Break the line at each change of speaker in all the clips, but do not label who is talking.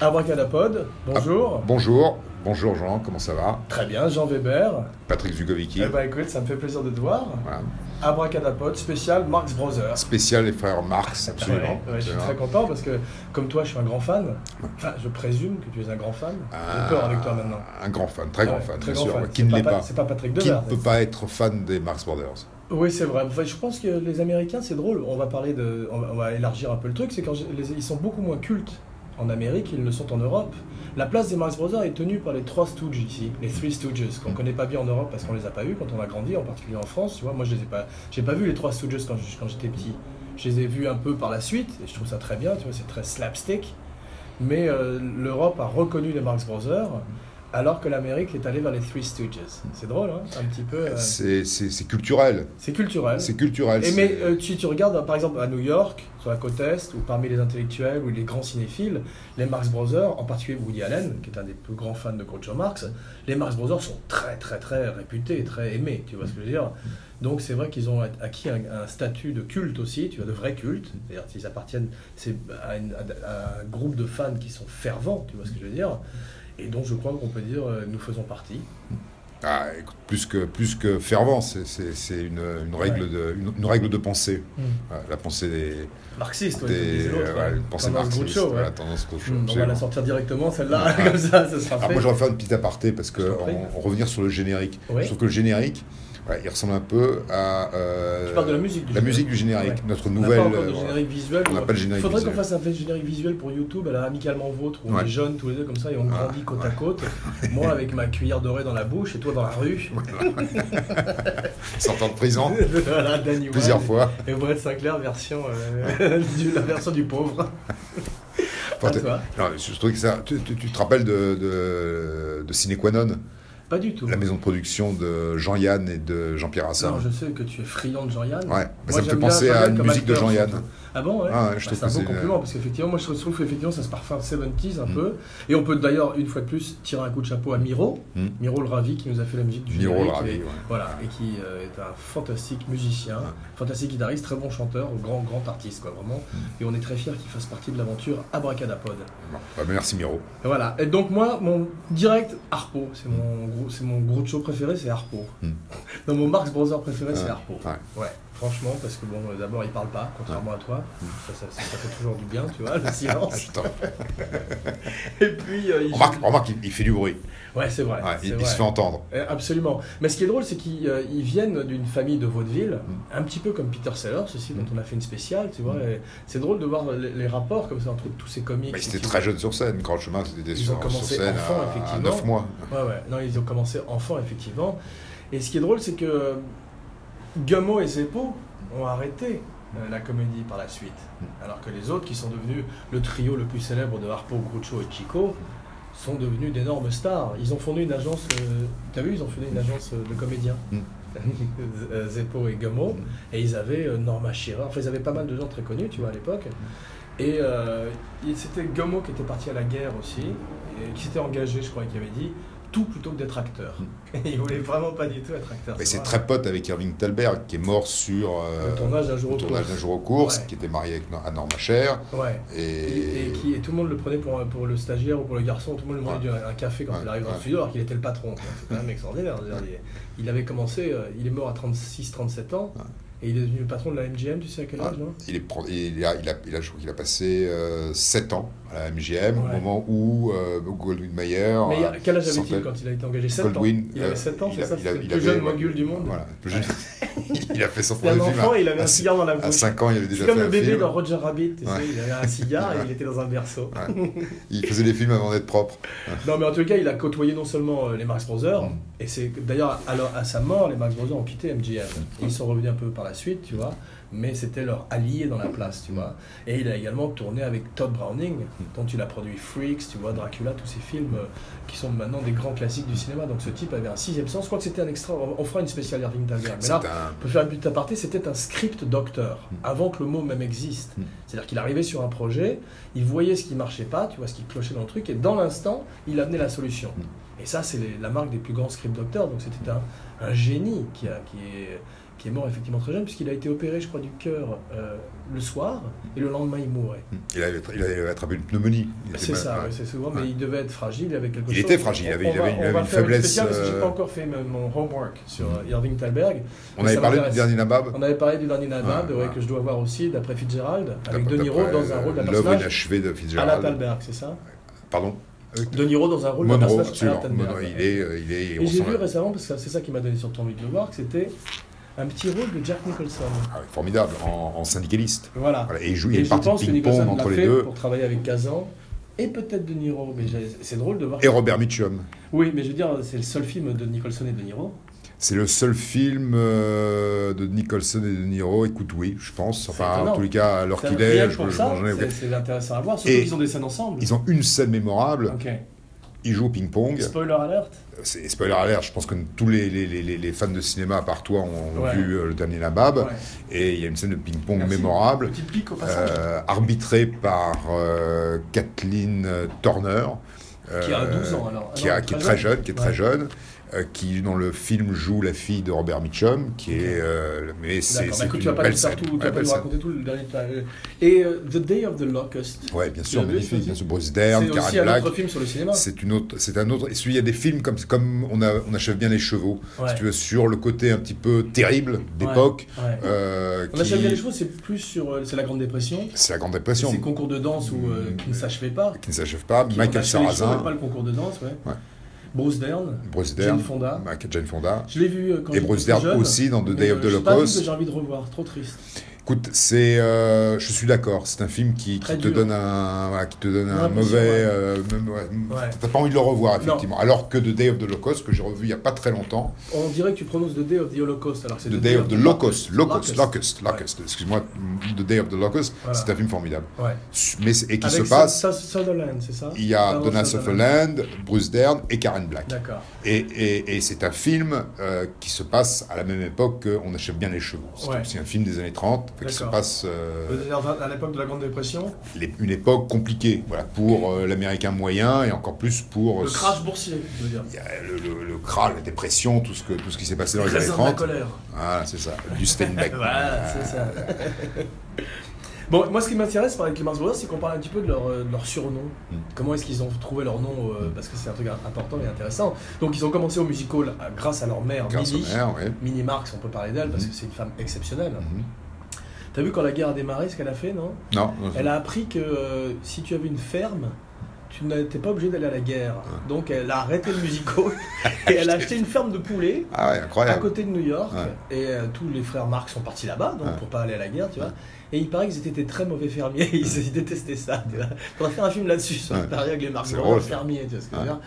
Abracadapod, bonjour.
Ah. Bonjour, bonjour Jean, comment ça va
Très bien, Jean Weber.
Patrick Zugovicki,
Eh ben écoute, ça me fait plaisir de te voir.
voilà.
Abracadapod, spécial Marx Brothers.
spécial les frères Marx, absolument.
Ouais, ouais, je suis
Voilà.
très content parce que, comme toi, je suis un grand fan. Enfin, je présume que tu es un grand fan.
Ah,
J'ai peur avec toi maintenant.
Un grand fan, très grand
Ouais,
fan,
très
bien
grand
sûr.
fan.
ouais,
C'est
Qui ne l'est
pas-
pas
C'est pas Patrick
Qui ne
Devers.
peut pas être fan des Marx Brothers
Oui, c'est vrai. Enfin, je pense que les Américains, c'est drôle. On va parler de, on va, on va élargir un peu le truc. C'est quand j'ai- les- ils sont beaucoup moins cultes en Amérique qu'ils ne le sont en Europe. La place des Marx Brothers est tenue par les trois Stooges ici, les Three Stooges, qu'on
Mm.
connaît pas bien en Europe parce qu'on les a pas eus quand on a grandi, en particulier en France. Tu vois, moi, je les ai pas, j'ai pas vu les trois Stooges quand, je- quand j'étais petit. Je les ai vus un peu par la suite et je trouve ça très bien. Tu vois, c'est très slapstick. Mais euh, l'Europe a reconnu les Marx Brothers. Alors que l'Amérique est allée vers les Three Stooges. C'est drôle, hein C'est un petit peu. euh,
C'est c'est- c'est culturel,
C'est culturel.
c'est culturel.
Et
Ah, c'est-
mais euh, si tu regardes euh, par exemple à New York, sur la côte est, ou parmi les intellectuels ou les grands cinéphiles, les Marx Brothers, en particulier Woody Allen, qui est un des plus grands fans de Groucho Marx, les Marx Brothers sont très très très réputés, très aimés, tu vois ce que je veux dire. Donc c'est vrai qu'ils ont acquis un, un statut de culte aussi, tu vois, de vrai culte, c'est-à-dire qu'ils appartiennent c'est à, une- à un groupe de fans qui sont fervents, tu vois ce que je veux dire, et donc je crois qu'on peut dire euh, nous faisons partie.
Ah, écoute, plus, que, plus que fervent, c'est- c'est c'est une, une règle
Ouais.
de, une, une règle de pensée. Ouais, La pensée des.
Marxiste, ouais,
Hmm. des-
comme disait l'autre,
voilà,
hein.
une pensée
Tendance
marxiste.
Groucho, ouais.
voilà, tendance Groucho,
Hmm, on va
absolument.
la sortir directement celle-là,
Ouais.
comme ça, ça sera
Alors
fait.
moi, je vais faire une petite aparté parce que
Je t'en prie.
on, on revenir sur le générique.
Ouais.
Je trouve que le générique, ouais, il ressemble un peu à euh,
Tu parles de la musique du
la
générique.
musique du générique,
Ouais.
notre
On n'a
nouvelle.
pas encore
euh,
de
voilà.
générique visuel.
On n'a pas de générique
Faudrait qu'on
visuel.
fasse un fait générique visuel pour YouTube, à la amicalement vôtre, où on
Ouais.
est jeunes tous les deux comme ça et on
Ah,
grandit côte à côte. Moi avec ma cuillère dorée dans la bouche et toi dans la rue.
sortant de prison
voilà, Danny White.
plusieurs fois.
Et Brett Sinclair version, euh, du- la version du pauvre.
Enfin,
À
t'es-
toi.
non, je trouvais que ça. Tu, tu- tu te rappelles de, de, de Sine Qua Non,
Pas du tout.
la maison de production de Jean-Yann et de Jean-Pierre
Non,
Assam.
je sais que tu es friand de Jean-Yann.
Ouais, bah,
Moi,
ça me
j'aime
fait
bien
penser à
Jean-Yann
une
comme
musique de
acteur,
Jeanne.
surtout. Ah bon, ouais.
Ah ouais,
Bah,
je
c'est
trouve
un
que
beau
c'est une-
compliment parce qu'effectivement, moi je trouve effectivement ça se parfum 70s un
Mm.
peu. Et on peut d'ailleurs, une fois de plus, tirer un coup de chapeau à Miro,
Mm.
Miro le Ravi qui nous a fait la musique du générique.
Miro le
et,
ravi. ouais.
Voilà, et qui euh, est un fantastique musicien,
Ouais. Mm.
fantastique guitariste, très bon chanteur, grand, grand artiste, quoi, vraiment. Et on est très fiers qu'il fasse partie de l'aventure Abracadapod.
Bon, bah, merci Miro.
Et voilà. Et donc moi, mon direct Harpo, c'est mon gros, c'est mon gros show préféré, c'est Harpo.
Mm.
Non, mon Marx Brothers préféré, c'est
Ouais.
Harpo.
Ouais.
Ouais. Franchement, parce que bon, euh, d'abord il parle pas, contrairement à toi.
Hmm.
Ça, ça- ça fait toujours du bien, tu vois, le
Ah,
silence.
putain.
Et puis euh, il.
Remarque, remarque, il, il fait du bruit.
Ouais, c'est vrai.
Ouais,
c'est
il, il
vrai.
se fait entendre.
Euh, Absolument. Mais ce qui est drôle, c'est qu'ils euh, ils viennent d'une famille de vaudeville,
Hmm.
un petit peu comme Peter Sellers ici, dont on a fait une spéciale, tu vois. et C'est drôle de voir les, les rapports comme ça entre tous ces comiques.
Mais
et
c'était
qui-
très jeune sur scène. Grand chemin, c'était
Ils ont
sur, sur
commencé
scène
enfant,
à- à,
effectivement. Bah,
9 mois.
Ouais, ouais. Non, ils ont commencé enfants, effectivement. Et ce qui est drôle, c'est que Gummo et Zeppo ont arrêté euh, la comédie par la suite. Alors que les autres, qui sont devenus le trio le plus célèbre de Harpo, Groucho et Chico, sont devenus d'énormes stars. Ils ont fondé une agence, euh, t'as vu, ils ont fondé une agence euh, de comédiens.
Mm.
Euh, Zeppo et Gummo. Et ils avaient euh, Norma Shearer. Enfin, ils avaient pas mal de gens très connus, tu vois, à l'époque. Et euh, il- c'était Gummo qui était parti à la guerre aussi, et qui s'était engagé, je crois, et qui avait dit tout plutôt que d'être acteur. Et il voulait vraiment pas du tout être acteur.
Mais c'est
vrai.
très pote avec Irving Thalberg qui est mort sur euh,
Le tournage d'un jour
le
au
tournage d'un jour aux courses,
Ouais.
qui était marié avec Nor- à Norma Cher.
Ouais. Et,
Et,
et qui, et tout le monde le prenait pour, un- pour le stagiaire ou pour le garçon, tout le monde lui demandait un, un café quand
Ouais,
il arrive dans le
ouais.
studio alors qu'il était le patron. quoi. C'était un mec extraordinaire. je veux dire, Il, il avait commencé, euh, il est mort à 36-37 ans
Ouais.
et il est devenu le patron de la MGM, tu sais à quel âge non
il, est pro- il a, il a- il a- je crois qu'il a passé 7 ans à la MGM, au
Ouais.
moment où euh, Goldwyn Mayer.
Mais il y a-
euh,
quel âge avait-il
sortait-
quand il a été engagé 7 ans.
Goldwyn,
Il avait
euh,
7 ans,
il
c'est
a-
ça
il a-
C'était le
il
plus
avait-
jeune mogul du monde.
Voilà, le plus jeune- il a fait son
C'était un
premier film.
enfant
à-
et il avait
à
un
six-
cigare dans la
À
bouche.
5 ans, il avait
C'est
déjà
comme
fait
le
un
bébé
film.
dans Roger Rabbit, tu sais,
Ouais.
il avait un cigare et il était dans un berceau.
Il faisait des films avant d'être propre.
Non, mais en tout cas, il a côtoyé non seulement euh, les Marx Brothers,
Mm.
et c'est d'ailleurs à, leur- à sa mort, les Marx Brothers ont quitté MGM. Ils sont revenus un peu par la suite, tu vois, mais c'était leur allié dans la place, tu vois. Et il a également tourné avec Todd Browning, dont il a produit Freaks, tu vois, Dracula, tous ces films euh, qui sont maintenant des grands classiques du cinéma. Donc ce type avait un sixième sens. Je crois que c'était un extra. on- On fera une spéciale Irving Thalberg. Mais
C'est
là,
un-
on peut faire une petite aparté, c'était un script docteur,
Hmm.
avant que le mot même existe.
Mm.
C'est-à-dire qu'il arrivait sur un projet, il voyait ce qui marchait pas, tu vois, ce qui clochait dans le truc, et dans l'instant, il amenait la solution.
Hmm.
Et ça, c'est les- la marque des plus grands script docteurs, donc c'était un, un génie qui, a- qui est, qui est mort effectivement très jeune, puisqu'il a été opéré, je crois, du cœur euh, le soir, et le lendemain, il mourait.
Mm. Il avait, il avait attrapé une pneumonie. Il était
C'est
Bah, mal-
ça,
ouais.
ouais, c'est souvent,
Ouais.
mais il devait être fragile, il avait quelque
Il
chose.
était fragile, il avait,
On
il
va-
avait, il
on
avait
va
une
faire
faiblesse.
spéciale, parce que j'ai pas
euh, Hmm.
encore fait mon- mon homework sur euh, Irving Thalberg. mais
on avait
ça
parlé du
m'intéresse.
dernier Nabab,
On avait parlé du dernier Nadab,
Ouais,
ouais,
ouais.
que je dois voir aussi, d'après Fitzgerald, avec
d'après-
De Niro
d'après,
dans un rôle d'un
euh, L'œuvre
personnage
inachevée de
à la
Fitzgerald.
Thalberg, c'est ça
Pardon
De Niro dans un rôle d'un
Monroe,
personnage à
absolument.
la Thalberg.
Monroe, il est. euh, Il est
Et
on
j'ai
sent
vu
la-
récemment, parce que c'est ça qui m'a donné sur ton envie de le voir, que c'était un petit rôle de Jack Nicholson.
ah, formidable, en, en syndicaliste.
Voilà.
Voilà, et il joue il y a
Et
une
je
partie de
pense que Nicholson
ping-pong
l'a
entre les
fait
deux.
pour travailler avec Kazan et peut-être De Niro. Mais j'ai- c'est drôle de voir.
Et Robert Mitchum.
Oui, mais je veux dire, c'est le seul film de Nicholson et De Niro.
C'est le seul film euh, de Nicholson et de Niro. Écoute, oui, je pense.
C'est
Enfin,
étonnant.
en tous les cas, alors
C'est un
qu'il est,
rien
je,
pour
je
ça.
m'en ai-
C'est c'est intéressant à voir. Surtout
Et-
qu'ils ont des scènes ensemble.
Ils ont une scène mémorable.
Ok.
Ils jouent au ping-pong.
Spoiler alert.
C'est spoiler alert, je pense que tous les, les- les- les fans de cinéma, à part toi, ont
Ouais.
vu euh, le dernier Nabab.
Ouais.
Et il y a une scène de ping-pong
Merci.
mémorable,
Petite pique au passage.
euh, arbitrée par euh, Kathleen euh, Turner.
qui a
euh,
12 ans alors. Ah
qui,
non,
a- qui est très jeune, qui est très
Ouais.
jeune, euh, qui dans le film joue la fille de Robert Mitchum, qui est euh, mais c'est
D'accord, bah,
c'est
écoute,
une
tu vas pas
belle
nous
scène,
faire tout, tu
ouais,
vas pas
belle
nous
scène.
raconter tout le dernier. euh, Et euh, The Day of the Locust.
Ouais, bien
l'as
sûr,
vu,
magnifique,
celui-ci
bien sûr, Bruce
C'est
Dern,
aussi
Karen
un
Black.
autre film hein. sur le cinéma.
C'est une autre, c'est un autre. Et celui, il y a des films comme comme on a, on achève bien les chevaux,
Ouais,
si tu veux, sur le côté un petit peu terrible d'époque.
ouais.
euh,
On
qui-
a bien les choses, c'est plus sur euh, c'est la Grande Dépression,
C'est la Grande
c'est
Dépression,
ces concours de danse où, euh,
Mm.
qui ne s'achevaient pas.
qui ne s'achève pas.
qui- on
Michael
achetait les choses, mais
Sarrazin,
pas le concours de danse, ouais.
Ouais.
Bruce Dern,
Bruce
Jane
Dern,
Fonda.
Michael- Jane Fonda.
Je l'ai vu euh, quand
Et
j'étais
Bruce
plus
Dern
jeune,
aussi dans The
mais,
Day
euh,
of
c'est
the
pas un film
Locust.
que j'ai envie de revoir, trop triste.
Écoute, c'est, euh, je suis d'accord. C'est un film qui,
Très
qui te
dur.
donne un, voilà, qui te donne un
L'impression,
mauvais.
ouais.
euh, même- ouais, m-
Ouais.
T'as pas envie de le revoir
Non.
effectivement. Alors que The Day of the Locust, que j'ai revu il y a pas très longtemps,
On dirait que tu prononces The Day of the Holocaust alors que c'est
The Day of the Locust,
Locust.
Locust, Locust, Locust. Excuse-moi, The Day of the Locust,
Voilà.
c'est un film formidable.
Ouais.
Mais c'est- et qui
Avec
se passe,
Sut- Sut- Sutherland, c'est ça
il y a
Donald
Donna
Sutherland.
Sutherland, Bruce Dern et Karen Black.
D'accord.
Et, et- et c'est un film euh, qui se passe à la même époque qu'on achève bien les chevaux. C'est
Ouais.
aussi un film des années 30 qui se
D'accord.
passe euh,
À l'époque de la Grande Dépression,
les- une époque compliquée voilà, pour euh, l'Américain moyen et encore plus pour
le
euh,
crash boursier, je veux dire.
il y a le, le, le crash, la dépression, tout ce, que, tout ce qui s'est passé dans les années
Trésor de la
30.
colère.
Voilà, c'est ça, du Steinbeck.
Voilà, c'est ça. Bon, moi, ce qui m'intéresse par- avec les Mars Brothers, c'est qu'on parle un petit peu de leur, euh, de leur surnom.
Mm.
Comment est-ce qu'ils ont trouvé leur nom
Hmm.
euh, Parce que c'est un truc important et intéressant. Donc, ils ont commencé au music hall euh, grâce à leur mère,
Grâce au
Minnie.
maire, ouais.
Minnie Marx, on peut parler d'elle parce
Mhm.
que c'est une femme exceptionnelle.
Mhm.
T'as vu quand la guerre a démarré ce qu'elle a fait, non
Non, non,
Elle a appris que euh, si tu avais une ferme, tu n'étais pas obligé d'aller à la guerre. Donc elle a arrêté le musical et elle a acheté une ferme de poulets
Ah ouais,
à
incroyable.
côté de New York.
Ouais.
Et euh, tous les frères Marx sont partis là-bas, donc
Ouais.
pour pas aller à la guerre, tu vois. Et il paraît qu'ils étaient des très mauvais fermiers, ils, ils détestaient ça. Tu vois. Faudrait faire un film là-dessus, sur la
Ouais.
période les Marx
C'est
Brothers
drôle, ça.
fermiers, tu vois ce que je veux
Ouais.
dire.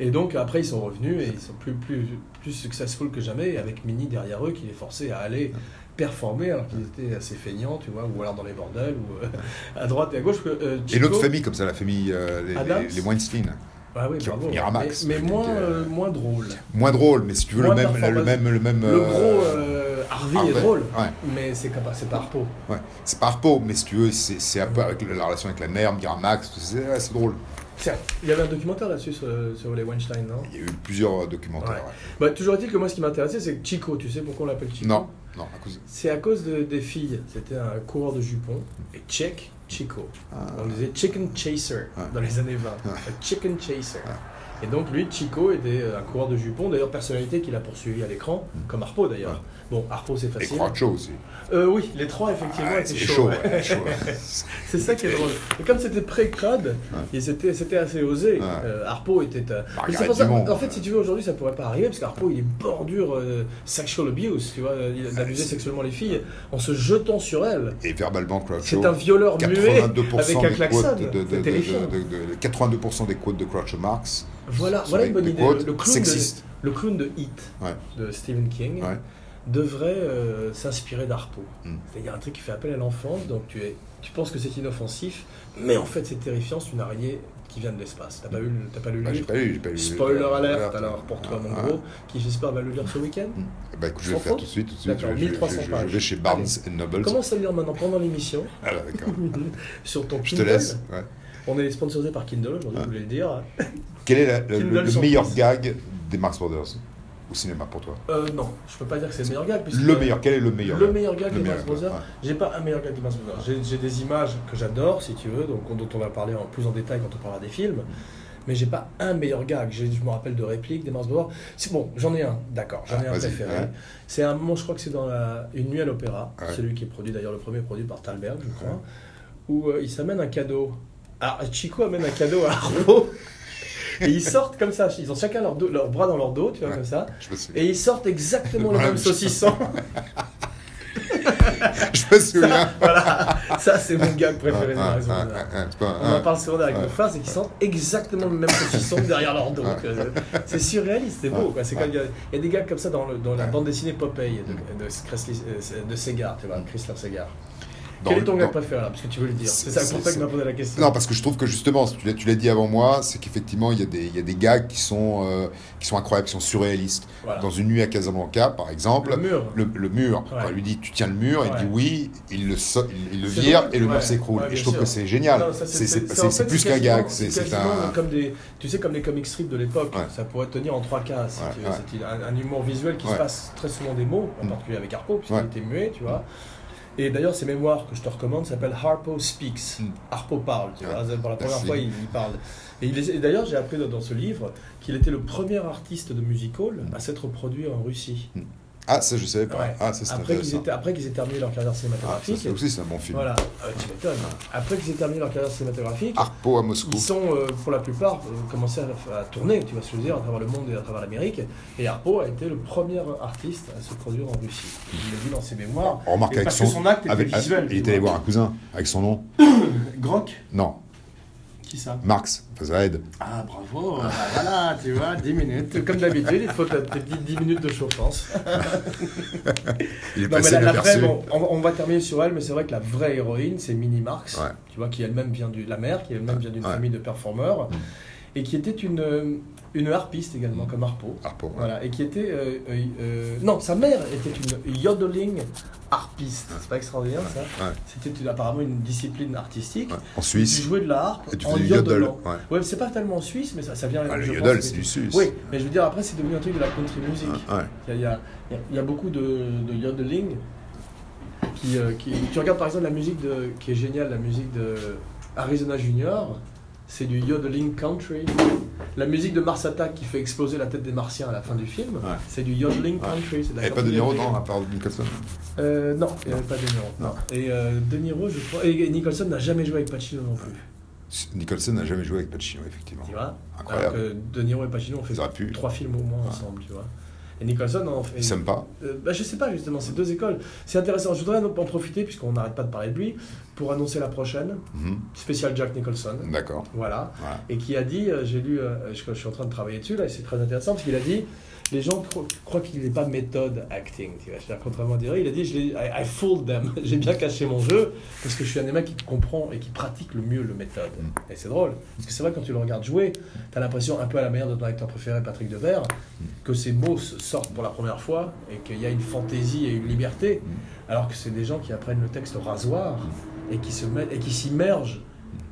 Et donc après ils sont revenus et ils sont plus, plus, plus successful que jamais, avec Mini derrière eux qui les forçait à aller performer alors qu'ils étaient assez feignants, tu vois, ou alors dans les bordels, ou euh, à droite et à gauche. parce que, euh,
Et l'autre
Chico-
famille, comme ça, la famille, euh, les,
Adams.
les, les Weinstein.
Ah oui,
qui
bravo.
vont venir à Max,
mais mais
je
moins,
dis que-
euh, moins drôle.
Moins drôle, mais si tu veux,
Moins
le même,
performant.
le même, le même.
Le
euh,
gros euh, Harvey
Harvey,
est drôle,
ouais.
mais c'est pas, c'est pas Harpo.
ouais. C'est par peau, mais si tu veux, c'est c'est un peu avec la relation avec la mère, Miramax, tout ça, c'est ouais, c'est drôle.
Tiens, il y avait un documentaire là-dessus sur, sur les Weinstein, non
Il y a eu plusieurs euh, documentaires.
Ouais.
ouais.
bah, Toujours est-il que moi, ce qui m'intéressait, c'est que Chico, tu sais pourquoi on l'appelle Chico
Non, non, à cause.
C'est à cause de- des filles. C'était un coureur de jupons et tchèque, Chico.
Ah.
On disait Chicken Chaser
Ouais. Ah.
dans les années 20. A Chicken Chaser. Et donc lui, Chico, était un coureur de jupons, d'ailleurs personnalité qu'il a poursuivi à l'écran,
Mm.
comme Harpo d'ailleurs. Bon, Harpo c'est
Et
facile.
Croacho aussi.
Euh, oui, les trois effectivement
Ah,
étaient
c'est
chauds.
chaud,
ouais.
ouais, chaud.
C'est ça qui est drôle. Et comme c'était pré-crade, et c'était, c'était assez osé.
Ouais. Bah,
euh, Harpo était. euh,
Margaret
mais c'est pour ça-
Dumont.
en fait, si tu veux, aujourd'hui, ça pourrait pas arriver parce qu'Harpo, il est bordure euh, sexual abuse, tu vois, il- d'abuser
c'est-
sexuellement les filles en se jetant sur elles.
Et verbalement, Croacho.
C'est un violeur muet
82%
avec un
des
klaxon.
quotes de- de-
C'est
de-
terrifiant.
de- de- de- 82% des quotes de Groucho Marx.
Voilà,
sont
voilà
des-
une bonne
des
idée.
quotes
Le, le clown
sexistes.
de, le clown de Hit
Ouais.
de Stephen King
Ouais.
devrait euh, s'inspirer d'Harpo.
Mm.
C'est-à-dire un truc qui fait appel à l'enfance, donc tu, es, tu penses que c'est inoffensif, mais en fait c'est terrifiant, c'est une araignée qui vient de l'espace. T'as pas, lu le- t'as pas lu le
Bah, j'ai
livre
pas lu, j'ai pas lu.
Spoiler
euh,
alert alors pour toi mon
Ah,
gros, qui j'espère va le lire ce week-end.
ah. Bah écoute, je vais
Sans
le faire
faute
tout de suite, tout de suite. Je,
D'accord,
je- je-
1300
je- je
pages.
vais chez Barnes and Noble.
Commence à le lire maintenant pendant l'émission
Ah bah, d'accord.
sur ton
Je te
Kindle.
laisse. Ah. ouais.
On est sponsorisé par Kindle aujourd'hui, je voulais le dire.
Quel est la- la-
Kindle
le, le
surprise.
meilleur gag des Marx Brothers au cinéma pour toi
Euh, non, je peux pas dire que c'est le meilleur gag. puisque-
Le meilleur, quel est le meilleur
Le
gag
meilleur gag
Le
des
meilleur
Max Brothers.
gag,
J'ai pas un meilleur gag des Max Brothers. J'ai- J'ai des images que j'adore, si tu veux, donc dont on va parler en plus en détail quand on parlera des films. Mais j'ai pas un meilleur gag. J'ai- Je me rappelle de répliques des Max Brothers. C'est bon, j'en ai un. D'accord, j'en ai
Ah,
un
vas-y,
préféré.
ouais.
C'est un moment, je crois que c'est dans la une nuit à l'opéra,
Ouais.
celui qui est produit d'ailleurs le premier produit par Talberg, je crois,
Ouais.
où euh, il s'amène un cadeau. Ah, Chico amène un cadeau à Arnaud. Et ils sortent comme ça, ils ont chacun leur, dos- leur bras dans leur dos, tu vois,
Ouais.
comme ça.
Je me souviens.
Et ils sortent exactement le
Ouais,
même
je-
saucisson.
Je me souviens.
voilà, ça c'est mon gag préféré de
Ah,
la raison.
ah, ah, ah, c'est pas
On
un-
en parle souvent avec
Ouais.
nos fans, c'est qu'ils sentent exactement le même saucisson derrière leur dos. que- C'est surréaliste, c'est beau. quoi. C'est comme- Il y, a- il y a des gags comme ça dans, le- dans la
Ouais.
bande dessinée Popeye de, de, Chrysler- euh, de Segar, tu vois, Chrysler Segar.
Mm. dans
Quel est
le-
ton
dans-
gag préféré là Parce que tu veux le dire. C'est ça
C'est-
pour
c'est-
ça que tu
c'est-
m'as posé la question.
Non, parce que je trouve que justement, tu l'as, tu l'as dit avant moi, c'est qu'effectivement, il y, a des- il y a des gags qui sont, euh, qui sont incroyables, qui sont surréalistes.
Voilà.
Dans une nuit à Casablanca, par exemple,
Le mur.
le, le mur,
Ouais.
quand il lui dit tu tiens le mur, il
Ouais.
dit oui, il le, so- il, il le
C'est
vire
drôle.
et le
Ouais.
mur s'écroule.
Ouais,
et
bien
je trouve
sûr.
que c'est génial.
Non, ça,
C'est- c'est
en
c'est- c'est
fait,
plus qu'un gag,
quasiment-
c'est c'est
quasiment
un.
Comme des, tu sais, comme les comic strips de l'époque,
Ouais.
ça pourrait tenir en trois cases. si
Ouais,
tu veux.
ouais.
C'est une- un, un humour visuel qui se
Ouais.
passe très souvent des mots, en
Mm.
particulier avec Harpo, puisqu'il
Ouais.
était muet, tu vois. Et d'ailleurs, ces mémoires que je te recommande s'appellent Harpo Speaks.
Mm.
Harpo parle, tu
Ouais.
vois. Pour la première
Merci.
fois, il, il parle. Et, il essaie- et d'ailleurs, j'ai appris dans- dans ce livre qu'il était le premier artiste de music hall
Mm.
à s'être produit en Russie.
Ah, ça, je savais pas.
Ouais.
Ah, ça, c'est
Après qu'ils
intéressant.
aient, après qu'ils aient terminé leur carrière
Ah, ça,
cinématographique.
c'est aussi, c'est un bon film.
voilà, Euh, tu m'étonnes. Après qu'ils aient terminé leur carrière cinématographique,
Harpo à Moscou.
ils sont, euh, pour la plupart, euh, commencé à, à tourner, tu vas se le dire, à travers le monde et à travers l'Amérique. Et Harpo a été le premier artiste à se produire en Russie. Il l'a dit dans ses mémoires.
On remarque
Et
avec
parce
son.
que son acte était
avec-
visuel.
il est allé voir un cousin, avec son nom.
Grock
Non,
Qui ça
Marx. Enfin, ça aide.
Ah, bravo ah, Voilà, tu vois, 10 minutes. Comme d'habitude, il te faut ta- tes petites 10 minutes de chauffance.
Il
Non, mais
est passé
la, la vraie,
inaperçu.
bon, on, va- on va terminer sur elle, mais c'est vrai que la vraie héroïne, c'est Minnie Marx,
Ouais.
tu vois, qui elle-même vient du- de la mère, qui elle-même vient d'une
Ouais. Mm.
famille de performeurs, et qui était une, euh, une harpiste également, comme Harpo.
Harpo. ouais.
Voilà, et qui était. euh, euh, euh, non, sa mère était une yodeling harpiste. C'est pas extraordinaire ça
Ouais.
C'était une- apparemment une discipline artistique.
Ouais. En
Tu
Suisse.
jouais de la harpe
Et tu
en
faisais du yodel.
yodelant.
Ouais.
Ouais, mais c'est pas tellement en Suisse, mais ça, ça vient.
Ah, le
je pense,
yodel,
que
c'est du Suisse.
Oui, mais je veux dire, après, c'est devenu un truc de la country music.
Ouais.
Il y a, il y a- il y a- il y a beaucoup de, de yodeling. Qui, euh, qui- tu regardes par exemple la musique de, qui est géniale, la musique de Arizona Junior, c'est du yodeling country. La musique de Mars Attack qui fait exploser la tête des martiens à la fin du film,
Ouais.
c'est du yodeling country. c'est de la
Et pas
country
de Niro,
yodeling.
non, à part Nicholson.
Euh, Non, il n'y avait pas De Niro.
Non.
Et euh, De Niro, je crois. Et Nicholson n'a jamais joué avec Pacino non plus.
Nicholson n'a jamais joué avec Pacino, effectivement.
Tu vois Alors
Incroyable.
que De Niro et Pacino ont fait
Ils auraient pu.
euh, trois films au moins
Ouais.
ensemble, tu vois. Et Nicholson en fait.
Ils s'aiment pas.
Euh, bah, je sais pas justement, c'est deux écoles. C'est intéressant. Je voudrais en en profiter, puisqu'on n'arrête pas de parler de lui, pour annoncer la prochaine,
Mhm.
spécial Jack Nicholson.
D'accord.
Voilà.
Voilà.
Et qui a dit, euh, j'ai lu, euh, je, je suis en train de travailler dessus là, et c'est très intéressant parce qu'il a dit, les gens cro- croient qu'il n'est pas méthode acting, tu vois. C'est-à-dire, contrairement à Diray, il a dit, je l'ai- I, I fooled them, j'ai bien caché mon jeu parce que je suis un des mecs qui comprend et qui pratique le mieux le méthode.
Mm.
Et c'est drôle parce que c'est vrai quand tu le regardes jouer, t'as l'impression un peu à la manière de ton acteur préféré Patrick Devers
Mm.
que ces mots s- sortent pour la première fois et qu'il y a une fantaisie et une liberté,
Mm.
alors que c'est des gens qui apprennent le texte au rasoir et qui se mettent et qui s'immergent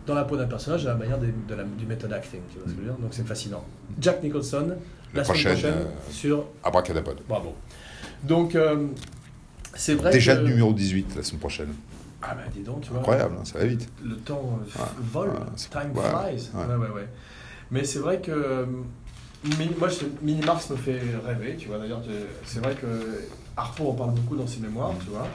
dans la peau d'un personnage à la manière des- de la- du méthode acting. Tu vois ce que je veux dire Donc c'est fascinant. Jack Nicholson, la, semaine
La
prochaine,
prochaine, euh,
sur
Abracadapod.
Bravo. Donc euh, c'est vrai
Déjà
que...
le numéro 18 la semaine prochaine.
Ah bah dis donc, tu vois,
Incroyable, hein, ça va vite.
le temps euh, f-
Ouais,
vole,
ouais, c'est-
time
ouais,
flies.
ouais.
Ouais, ouais, ouais. Mais c'est vrai que euh, Mini- moi, je- Mini Mars me fait rêver, tu vois. D'ailleurs, je- c'est vrai que Harpo en parle beaucoup dans ses mémoires, tu vois.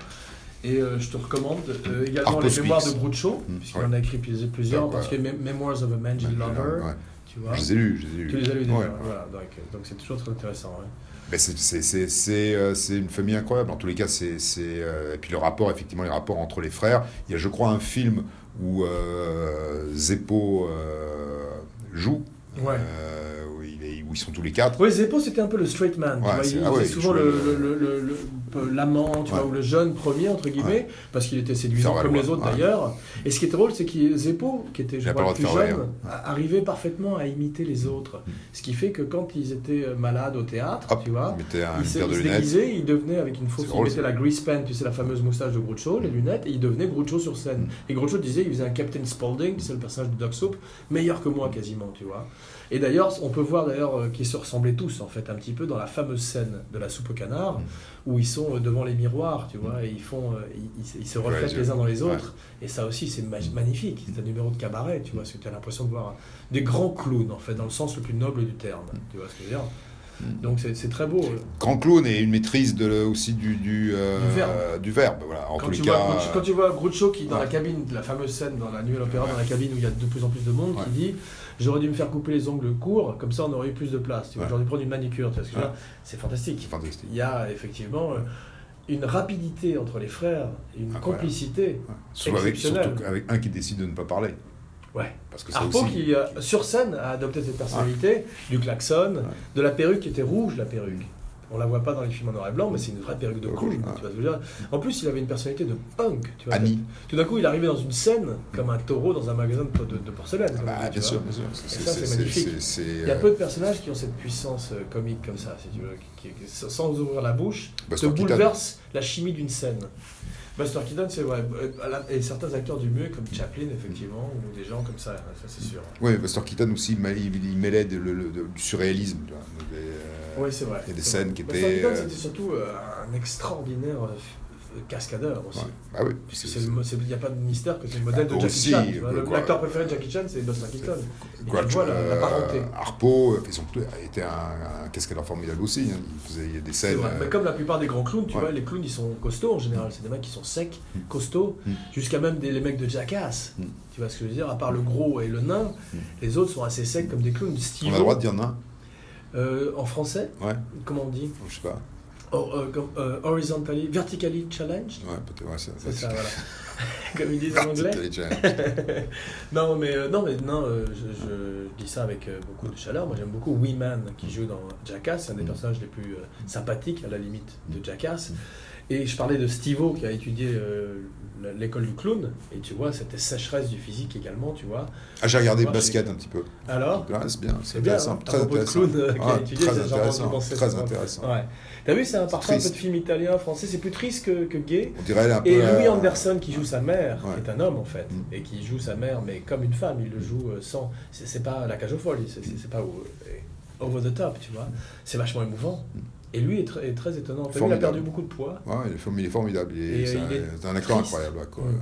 Et euh, je te recommande euh, également
Harpo
les
Speaks.
mémoires de Groucho,
Mm,
puisqu'il
ouais.
en a écrit plus- plusieurs,
Donc,
parce que Mem- Memoirs of a Mangy Lover,
Ouais.
tu vois.
Je les ai lus, je les ai lus.
Tu les as lus déjà,
Ouais.
voilà. Donc euh, donc c'est toujours très intéressant. hein. ouais.
Mais c'est- c'est- c'est c'est, euh, c'est une famille incroyable. En tous les cas, c'est. c'est, euh, Et puis le rapport, effectivement, les rapports entre les frères. Il y a, je crois, un film où euh, Zeppo euh, joue.
Ouais.
euh, où, il est- où ils sont tous les quatre.
Oui, Zeppo, c'était un peu le straight man. tu
Ouais,
vois,
c'est-
il
ah ouais,
était souvent
il
le-
jouait
le- le- le- le- l'amant, tu
Ouais.
vois, ou le jeune premier, entre guillemets, parce qu'il était séduisant
Faire
comme
valoir,
les autres
ouais.
d'ailleurs. Et ce qui était drôle, c'est que Zeppo, qui était
Il
je
a
crois,
pas
le
le
plus
droit de faire
jeune, a- arrivait parfaitement à imiter les autres. Ce qui fait que quand ils étaient euh, malades au théâtre,
Hop,
tu vois,
il mettait un-
ils
une
se,
paire de
ils se
lunettes.
déguisaient, ils devenaient avec une fausse,
C'est
ils
drôle,
mettaient
ça. Mm.
la grease pen, tu sais, la fameuse moustache de Groucho, les lunettes, et ils devenaient Groucho sur scène. Et Groucho disait, il faisait un Captain Spaulding, c'est le personnage de Doc Soup, meilleur que moi quasiment, tu vois. Et d'ailleurs, on peut voir d'ailleurs euh, qui se ressemblaient tous, en fait, un petit peu dans la fameuse scène de la soupe au canard,
Mm.
où ils sont euh, devant les miroirs, tu vois, et ils, font, euh, ils, ils- ils se reflètent
les yeux.
les uns dans les
Mm. Ouais. Mm.
autres. Et ça aussi, c'est ma- magnifique. C'est un numéro de cabaret, tu vois, parce que tu as l'impression de voir des grands clowns, en fait, dans le sens le plus noble du terme.
Mm.
Tu vois ce que je veux dire Donc, c'est c'est très beau. euh,
Grand clown et une maîtrise de, le- aussi du, du, euh,
Du verbe.
du verbe, Voilà. En
Quand
tous
tu,
les
vois,
cas.
Groucho- quand tu vois Groucho qui, dans
ouais.
la cabine, la fameuse scène dans la nuit à l'opéra,
Ouais.
dans la cabine où il y a de plus en plus de monde,
Ouais.
qui dit J'aurais dû me faire couper les ongles courts, comme ça on aurait eu plus de place. Tu vois,
Ouais.
J'aurais dû prendre une manicure. Tu vois ce que je veux
Ouais.
dire C'est fantastique.
c'est fantastique.
Il y a effectivement euh, une rapidité entre les frères, une
Incroyable.
complicité.
Ouais. Surtout avec,
Exceptionnel.
surtout avec un qui décide de ne pas parler.
Ouais.
Parce que ça
Harpo
aussi-
qui, euh, sur scène, a adopté cette personnalité, du klaxon, de la perruque qui était rouge, la perruque. On la voit pas dans les films en noir et blanc, mais c'est une vraie perruque de
Rouge,
cool.
ouais.
tu vois ce que je veux dire. En plus, il avait une personnalité de punk. Tu vois,
Ami.
Tout d'un coup, il arrivait dans une scène comme un taureau dans un magasin de, de- de porcelaine.
Ah
comme
bah,
on dit, tu
bien
vois.
sûr, bien sûr.
ça, c'est magnifique.
c'est- c'est-
Il y a
euh,
peu de personnages qui ont cette puissance euh, comique comme ça, si tu veux, qui- qui- qui- sans ouvrir la bouche, te
euh, Buster Keaton.
bouleverse la chimie d'une scène. Buster Keaton, c'est vrai. Euh, à la- Et certains acteurs du mieux, comme Chaplin, effectivement,
Mm.
ou des gens comme ça, hein, ça c'est sûr.
Ouais, Buster Keaton aussi, il m'a- il, il mêlait de- le- le- de- du surréalisme. tu vois. Donc, euh,
Oui, c'est vrai.
il y a des
c'est vrai.
scènes qui
Buster
étaient,
Keaton,
euh,
c'était surtout euh, un extraordinaire euh, f- f- cascadeur aussi.
ouais. Ah oui,
Puisque
c'est-
c'est le mo- c'est- il n'y a pas de mystère que c'est le modèle
Bah,
de Jackie
aussi,
Chan. tu vois.
euh,
Le-
quoi.
L'acteur préféré de Jackie Chan, c'est Buster Keaton. Et tu
Grudge,
vois la, la
euh,
parenté.
Harpo euh, fait son- était un, un cascadeur formidable aussi. hein. Il faisait il y a des
C'est
scènes.
vrai.
euh,
Mais comme la plupart des grands clowns, tu
ouais.
vois, les clowns ils sont costauds en général. C'est des mecs qui sont secs,
Mm.
costauds,
Mm.
jusqu'à même des, les mecs de Jackass.
Mm.
Tu vois ce que je veux dire À part le gros et le nain,
Mm.
les autres sont assez secs comme des clowns.
on
Steve,
a le droit de dire non
euh, en français,
Ouais,
comment on dit
je sais pas.
Or- euh, comme, euh, Horizontally, vertically challenged
Ouais, peut-être. Ouais, c'est
C'est ça, voilà. comme ils disent en anglais.
anglais.
Non, mais euh, non, mais non, euh, je, je dis ça avec euh, beaucoup de chaleur. Moi, j'aime beaucoup Weeman qui joue dans Jackass, un des
Mm.
personnages les plus euh, sympathiques à la limite de Jackass. Et je parlais de Stivo qui a étudié euh, l- l'école du clown. Et tu vois, cette sécheresse du physique également, tu vois.
Ah, j'ai regardé
Moi,
basket un petit peu.
Alors,
Ouais, c'est bien, c'est
c'est bien.
intéressant.
Hein,
très
à propos de
intéressant.
clown euh, qui a
Ouais,
étudié,
très
c'est genre
intéressant.
rendu pensé,
Très
c'est
intéressant.
Ouais. T'as vu, c'est un parfois un peu de
triste.
film italien, français. C'est plus triste que, que gay.
On dirait un peu.
Et Louis
euh,
Anderson qui joue sa mère,
Ouais.
qui est un homme en fait,
Mm.
et qui joue sa mère, mais comme une femme, il le joue euh, sans. C'est c'est pas la cage aux folles, c'est- c'est c'est pas au- euh, over the top, tu vois. C'est vachement émouvant. Et lui est, tr- est très étonnant. T'as vu, Il a
Mm. Formidable.
perdu beaucoup de poids.
Ouais, il est form- il est formidable. Il est-
Et, euh,
C'est un,
il est
c'est un acteur
triste.
incroyable. ouais, quoi.
Mm.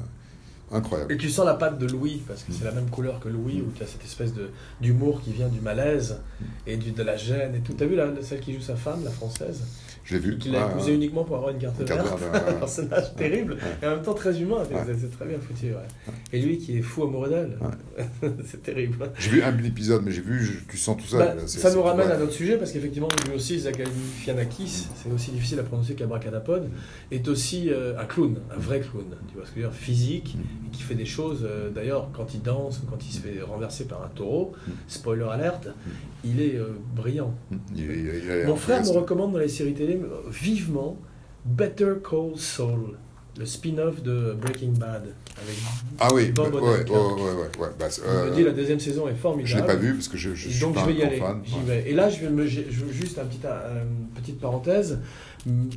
Incroyable.
Et tu sens la patte de Louis, parce
Mm.
que c'est la même couleur que Louis, où tu as cette espèce de- d'humour qui vient du malaise
Mm.
et du, de la gêne et tout. T'as vu la, celle qui joue sa femme, la française,
Je l'ai vu.
qui l'a
ouais,
épousée
ouais.
uniquement pour avoir une carte
bah, euh, Une carte
verte
verte, ouais, euh,
Un
ouais.
personnage terrible et en même temps très humain. C'est- C'est c'est très bien foutu. ouais. Et lui qui est fou amoureux d'elle. c'est terrible.
J'ai vu un épisode, mais j'ai vu, je- tu sens tout ça.
Bah,
là, c'est-
ça
c'est-
nous ramène
ouais.
à notre sujet parce qu'effectivement, lui aussi, Zachary Fianakis, c'est aussi difficile à prononcer qu'Abracadapod, est aussi euh, un clown, un vrai clown. Tu vois ce que je veux dire Physique,
Mm.
et qui fait des choses. euh, D'ailleurs, quand il danse ou quand il se fait renverser par un taureau,
Mm.
spoiler alerte, il est euh, brillant.
Hum, Il- il- il a-
Mon frère me
intéressant.
recommande dans les séries télé euh, vivement Better Call Saul, le spin-off de Breaking Bad. Avec...
Ah oui,
Bob
bah, ouais, ouais,
Odenkirk.
ouais, ouais, ouais, bah, c'est-
Il
euh,
me dit la deuxième saison est
je
formidable.
l'ai pas vu parce que je, je, suis
Donc
pas
je vais y
un grand
aller.
fan.
J'y
ouais.
vais. Et là, je vais me, je- je- juste un petit, euh, une petite parenthèse.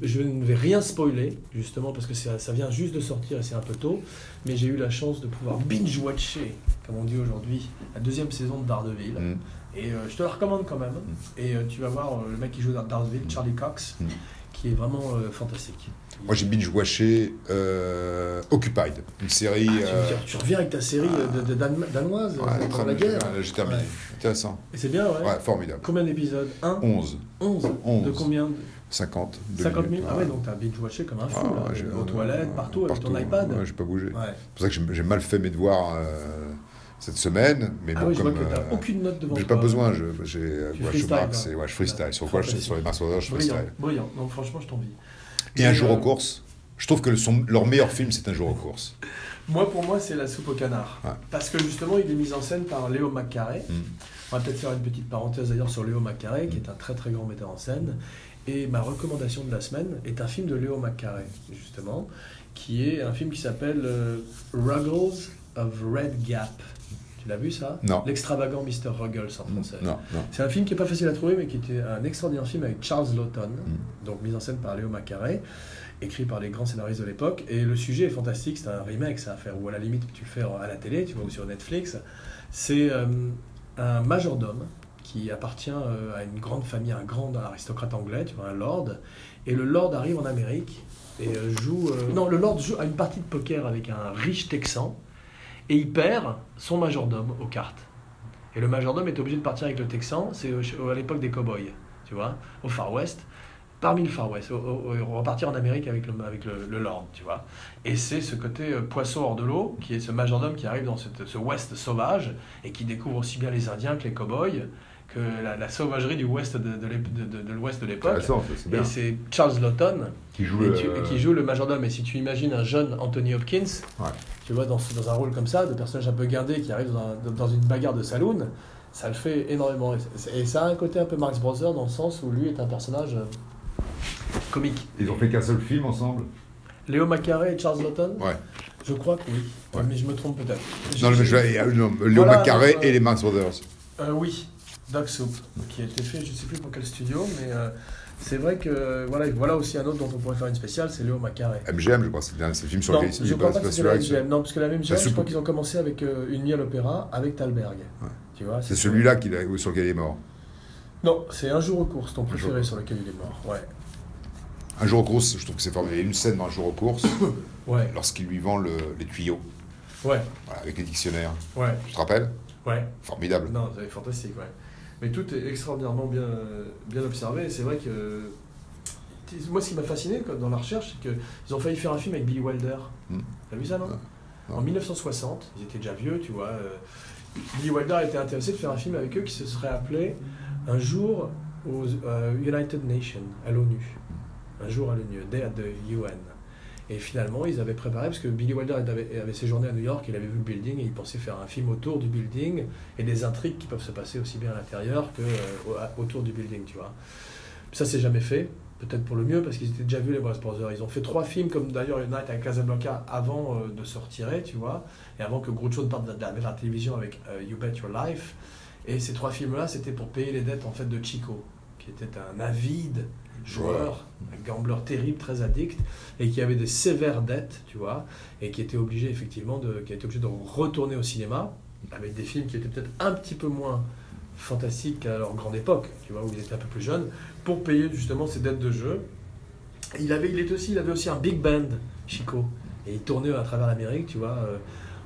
Je ne vais rien spoiler, justement, parce que ça, ça vient juste de sortir et c'est un peu tôt. Mais j'ai eu la chance de pouvoir binge-watcher, comme on dit aujourd'hui, la deuxième saison de Daredevil.
Mm.
Et euh, je te la recommande quand même. Et euh, tu vas voir euh, le mec qui joue dans Daredevil, Charlie Cox,
Mm.
qui est vraiment euh, fantastique.
Moi j'ai binge-watché euh, Occupied, une série.
Ah, Tu,
euh,
tu reviens avec ta série euh, de, de Dan- danoise
ouais,
euh, dans
très-
la guerre.
ouais, J'ai terminé.
Ouais.
Intéressant.
Et c'est bien, ouais.
Ouais, formidable.
Combien d'épisodes 1
11,
11. De
Onze.
combien
50,
50 000 Ah ouais,
donc
donc t'as binge-watché comme un fou, là,
Ah, j'ai-
aux toilettes,
euh,
partout, avec ton iPad.
Ouais, j'ai pas bougé.
Ouais.
C'est pour ça que j'ai- j'ai mal fait mes devoirs euh, cette semaine. Mais
Ah
bon,
oui, je vois
comme.
que t'as
euh,
aucune note devant
j'ai
toi.
pas besoin, je, j'ai, euh,
Tu
ouais, je
freestyles,
marque,
là.
c'est- ouais, je freestyle. Sur, quoi, je-
Fantastique.
sur les Mars Brothers, je
Brillant,
freestyle.
brillant. Non, franchement, je t'envie.
Et un
Mais,
jour
euh,
aux courses. Je trouve que le- son- leur meilleur film, c'est un jour aux courses.
Moi, pour moi, c'est la soupe au canard.
Ouais.
Parce que justement, il est mis en scène par Léo Macaré.
Mm.
On va peut-être faire une petite parenthèse d'ailleurs sur Léo Macaré, qui est un très très grand metteur en scène. Et ma recommandation de la semaine est un film de Léo Macaré, justement, qui est un film qui s'appelle euh, Ruggles of Red Gap. Tu l'as vu ça
Non. Mm,
L'extravagant Mr. Ruggles en français.
Hmm. Non, non.
C'est un film qui n'est pas facile à trouver, mais qui était un extraordinaire film avec Charles Lawton,
Mm. Hmm.
donc mis en scène par Léo Macaré, écrit par les grands scénaristes de l'époque. Et le sujet est fantastique, c'est un remake, ça à faire, ou à la limite, tu le fais à la télé, tu vois, ou sur Netflix. C'est euh, un majordome qui appartient euh, à une grande famille, un grand aristocrate anglais, tu vois, un lord. Et le lord arrive en Amérique et euh, joue. euh, non, le lord joue à une partie de poker avec un riche texan et il perd son majordome aux cartes. Et le majordome est obligé de partir avec le texan, c'est au- à l'époque des cowboys, tu vois, au Far West. Parmi le Far West, au- au- au- repartir en Amérique avec le, avec le, le lord, tu vois. Et c'est ce côté euh, poisson hors de l'eau, qui est ce majordome qui arrive dans cette- ce West sauvage et qui découvre aussi bien les Indiens que les cowboys, que la, la sauvagerie du West de, de l'ép- de- de- de l'Ouest de l'époque.
Intéressant, ça, c'est bien.
Et c'est Charles Lawton
Qui joue,
et tu-
euh,
qui joue le majordome. Et si tu imagines un jeune Anthony Hopkins,
Ouais.
tu vois, dans, ce- dans un rôle comme ça, de personnage un peu guindé qui arrive dans, un- dans une bagarre de saloon, ça le fait énormément. Et, c'est- et ça a un côté un peu Marx Brothers dans le sens où lui est un personnage euh, comique.
Ils ont fait qu'un seul film ensemble.
Léo Macaré et Charles Lawton
Ouais.
Je crois que oui.
Ouais.
Mais je me trompe peut-être.
Non, mais je vais- euh, non, Léo
Voilà,
Macaré
donc, euh,
et les Marx Brothers.
Euh, oui, Dog Soup, qui a été fait, je ne sais plus pour quel studio, mais euh, c'est vrai que euh, voilà, voilà aussi un autre dont on pourrait faire une spéciale, c'est Léo Macaré.
MGM, je crois, c'est le dernier- c'est le film sur
Non,
lequel il-
je
il-
crois
c'est
pas que
pas
c'est la
celui-là
même
que c'est-
Non, parce que la même je
soupe.
crois qu'ils ont commencé avec euh, Une nuit à l'opéra, avec Thalberg. Tu vois,
C'est celui-là qu'il a- sur lequel il est mort.
Non, c'est Un jour aux courses, ton préféré
jour.
sur lequel il est mort. Ouais.
Un jour aux courses, je trouve que c'est formidable. Il y a une scène dans Un jour aux courses,
Ouais.
lorsqu'il lui vend le- les tuyaux,
Ouais.
voilà, avec les dictionnaires.
Ouais.
Tu te rappelles
Ouais.
Formidable.
Non, c'est fantastique, ouais. Mais tout est extraordinairement bien, bien observé. et C'est vrai que. Moi, ce qui m'a fasciné quoi, dans la recherche, c'est qu'ils ont failli faire un film avec Billy Wilder.
Hmm. Ah.
T'as vu ça, non,
Non. Non.
En 1960, ils étaient déjà vieux, tu vois. euh, Billy Wilder était intéressé de faire un film avec eux qui se serait appelé Un jour aux euh, United Nations, à l'ONU. Un jour à l'ONU, Day at the UN. Et finalement, ils avaient préparé, parce que Billy Wilder avait, avait séjourné à New York, il avait vu le building et il pensait faire un film autour du building et des intrigues qui peuvent se passer aussi bien à l'intérieur que euh, au- à- autour du building, tu vois. Ça, c'est jamais fait. Peut-être pour le mieux, parce qu'ils étaient déjà vus, les Bros Brothers. Ils ont fait trois films, comme d'ailleurs Night à Casablanca, avant euh, de se retirer, tu vois, et avant que Groucho ne parte de la, de la télévision avec euh, You Bet Your Life. Et ces trois films-là, c'était pour payer les dettes, en fait, de Chico, qui était un avide joueur, un gambler terrible, très addict, et qui avait des sévères dettes, tu vois, et qui était obligé, effectivement, de, qui a été obligé de retourner au cinéma, avec des films qui étaient peut-être un petit peu moins fantastiques qu'à leur grande époque, tu vois, où ils étaient un peu plus jeunes, pour payer justement ses dettes de jeu. Et Il avait, il est aussi, il avait aussi un big band, Chico, et il tournait à travers l'Amérique, tu vois, euh,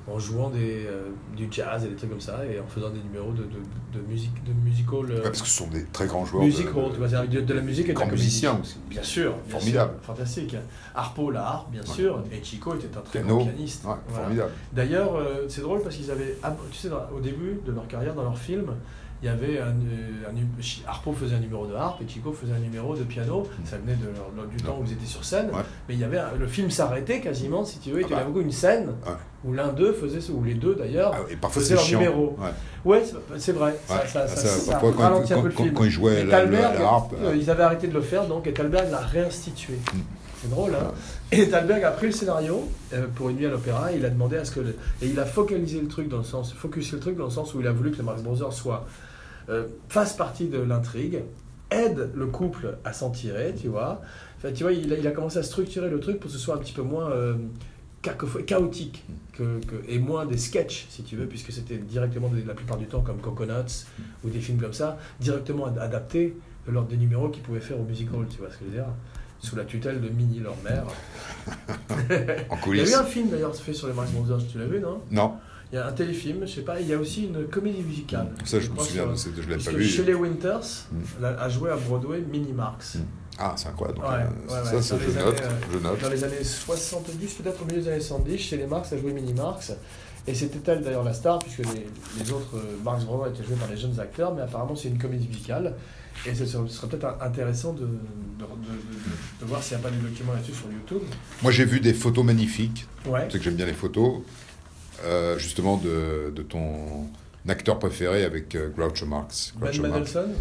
en jouant des, euh, du jazz et des trucs comme ça, et en faisant des numéros de, de, de musique, de musical, euh,
Ouais, parce que ce sont des très grands joueurs.
music
de-
hall, tu vois, c'est-à-dire de, de la musique et de la
grands
comédie.
musiciens aussi.
Bien sûr, bien
Formidable.
sûr, fantastique. Harpo, la harpe, bien sûr, et Chico était un très
Piano.
bon pianiste.
Ouais,
Voilà.
Formidable.
D'ailleurs, euh, c'est drôle parce qu'ils avaient, ab- tu sais, dans- au début de leur carrière, dans leur film, il y avait un, euh, un nu- Chi- Harpo faisait un numéro de harpe et Chico faisait un numéro de piano. Ça venait de leur- leur- du temps où ils étaient sur scène,
Mm. Ouais.
mais il y avait un- le film s'arrêtait quasiment, si tu veux, et
Ah
tu
bah.
avais beaucoup une scène
Ouais.
où l'un d'eux faisait, ce- ou les deux d'ailleurs.
Ah, et parfois
C'est
c'est
leur
chiant.
numéro.
Ouais.
Ouais, c'est- c'est vrai. Ça,
Ouais.
ça,
Ah,
ça-
ça,
ça
parfois, quand-
ralentit un
quand-
peu le
quand-
film.
quand ils jouaient
Et
la- le-
Thalberg,
la harpe,
euh,
euh, Mm.
Ils avaient arrêté de le faire, donc et Thalberg l'a réinstitué. C'est drôle, hein Et Thalberg a pris le scénario euh, pour une nuit à l'opéra. Il a demandé à ce que le- et il a focalisé le truc dans le sens, focusé le truc dans le sens où il a voulu que les Marx Brothers soient euh, fasse partie de l'intrigue, aide le couple à s'en tirer, tu vois. Enfin, tu vois, il a, il a commencé à structurer le truc pour que ce soit un petit peu moins euh, cacopho- chaotique que, que- et moins des sketchs, si tu veux, puisque c'était directement des- la plupart du temps comme Coconuts ou des films comme ça, directement ad- adaptés lors des numéros qu'ils pouvaient faire au music hall, tu vois ce que je veux dire sous la tutelle de Minnie, leur mère. Il y
euh, En
a eu
coulisses.
un film d'ailleurs fait sur les Marx Brothers, tu l'as vu, non
Non,
Il y a un téléfilm, je sais pas, il y a aussi une comédie musicale.
ça je me
crois
souviens,
sur-
de cette- je l'ai
parce
pas
que
vu.
Shelley Winters
Mm.
l'a- a joué à Broadway Mini Marx.
Ah, c'est incroyable. Donc,
Ouais,
euh,
ouais,
ça,
ouais,
ça,
dans
je
les euh,
note.
années,
Je note.
Dans les années 70, peut-être au milieu des années 70, chez les Marx a joué Mini Marx. Et c'était elle d'ailleurs la star, puisque les, les autres euh, Marx Brothers étaient joués par des jeunes acteurs, mais apparemment c'est une comédie musicale. Et ce serait, ce serait peut-être un- intéressant de, de- de- de- de voir s'il n'y a pas des documents là-dessus sur YouTube.
Moi, j'ai vu des photos magnifiques.
Ouais.
Tu sais que j'aime bien les photos. euh, justement, de, de ton acteur préféré avec euh, Groucho Marx.
Ben
Groucho Marx.
Mendelssohn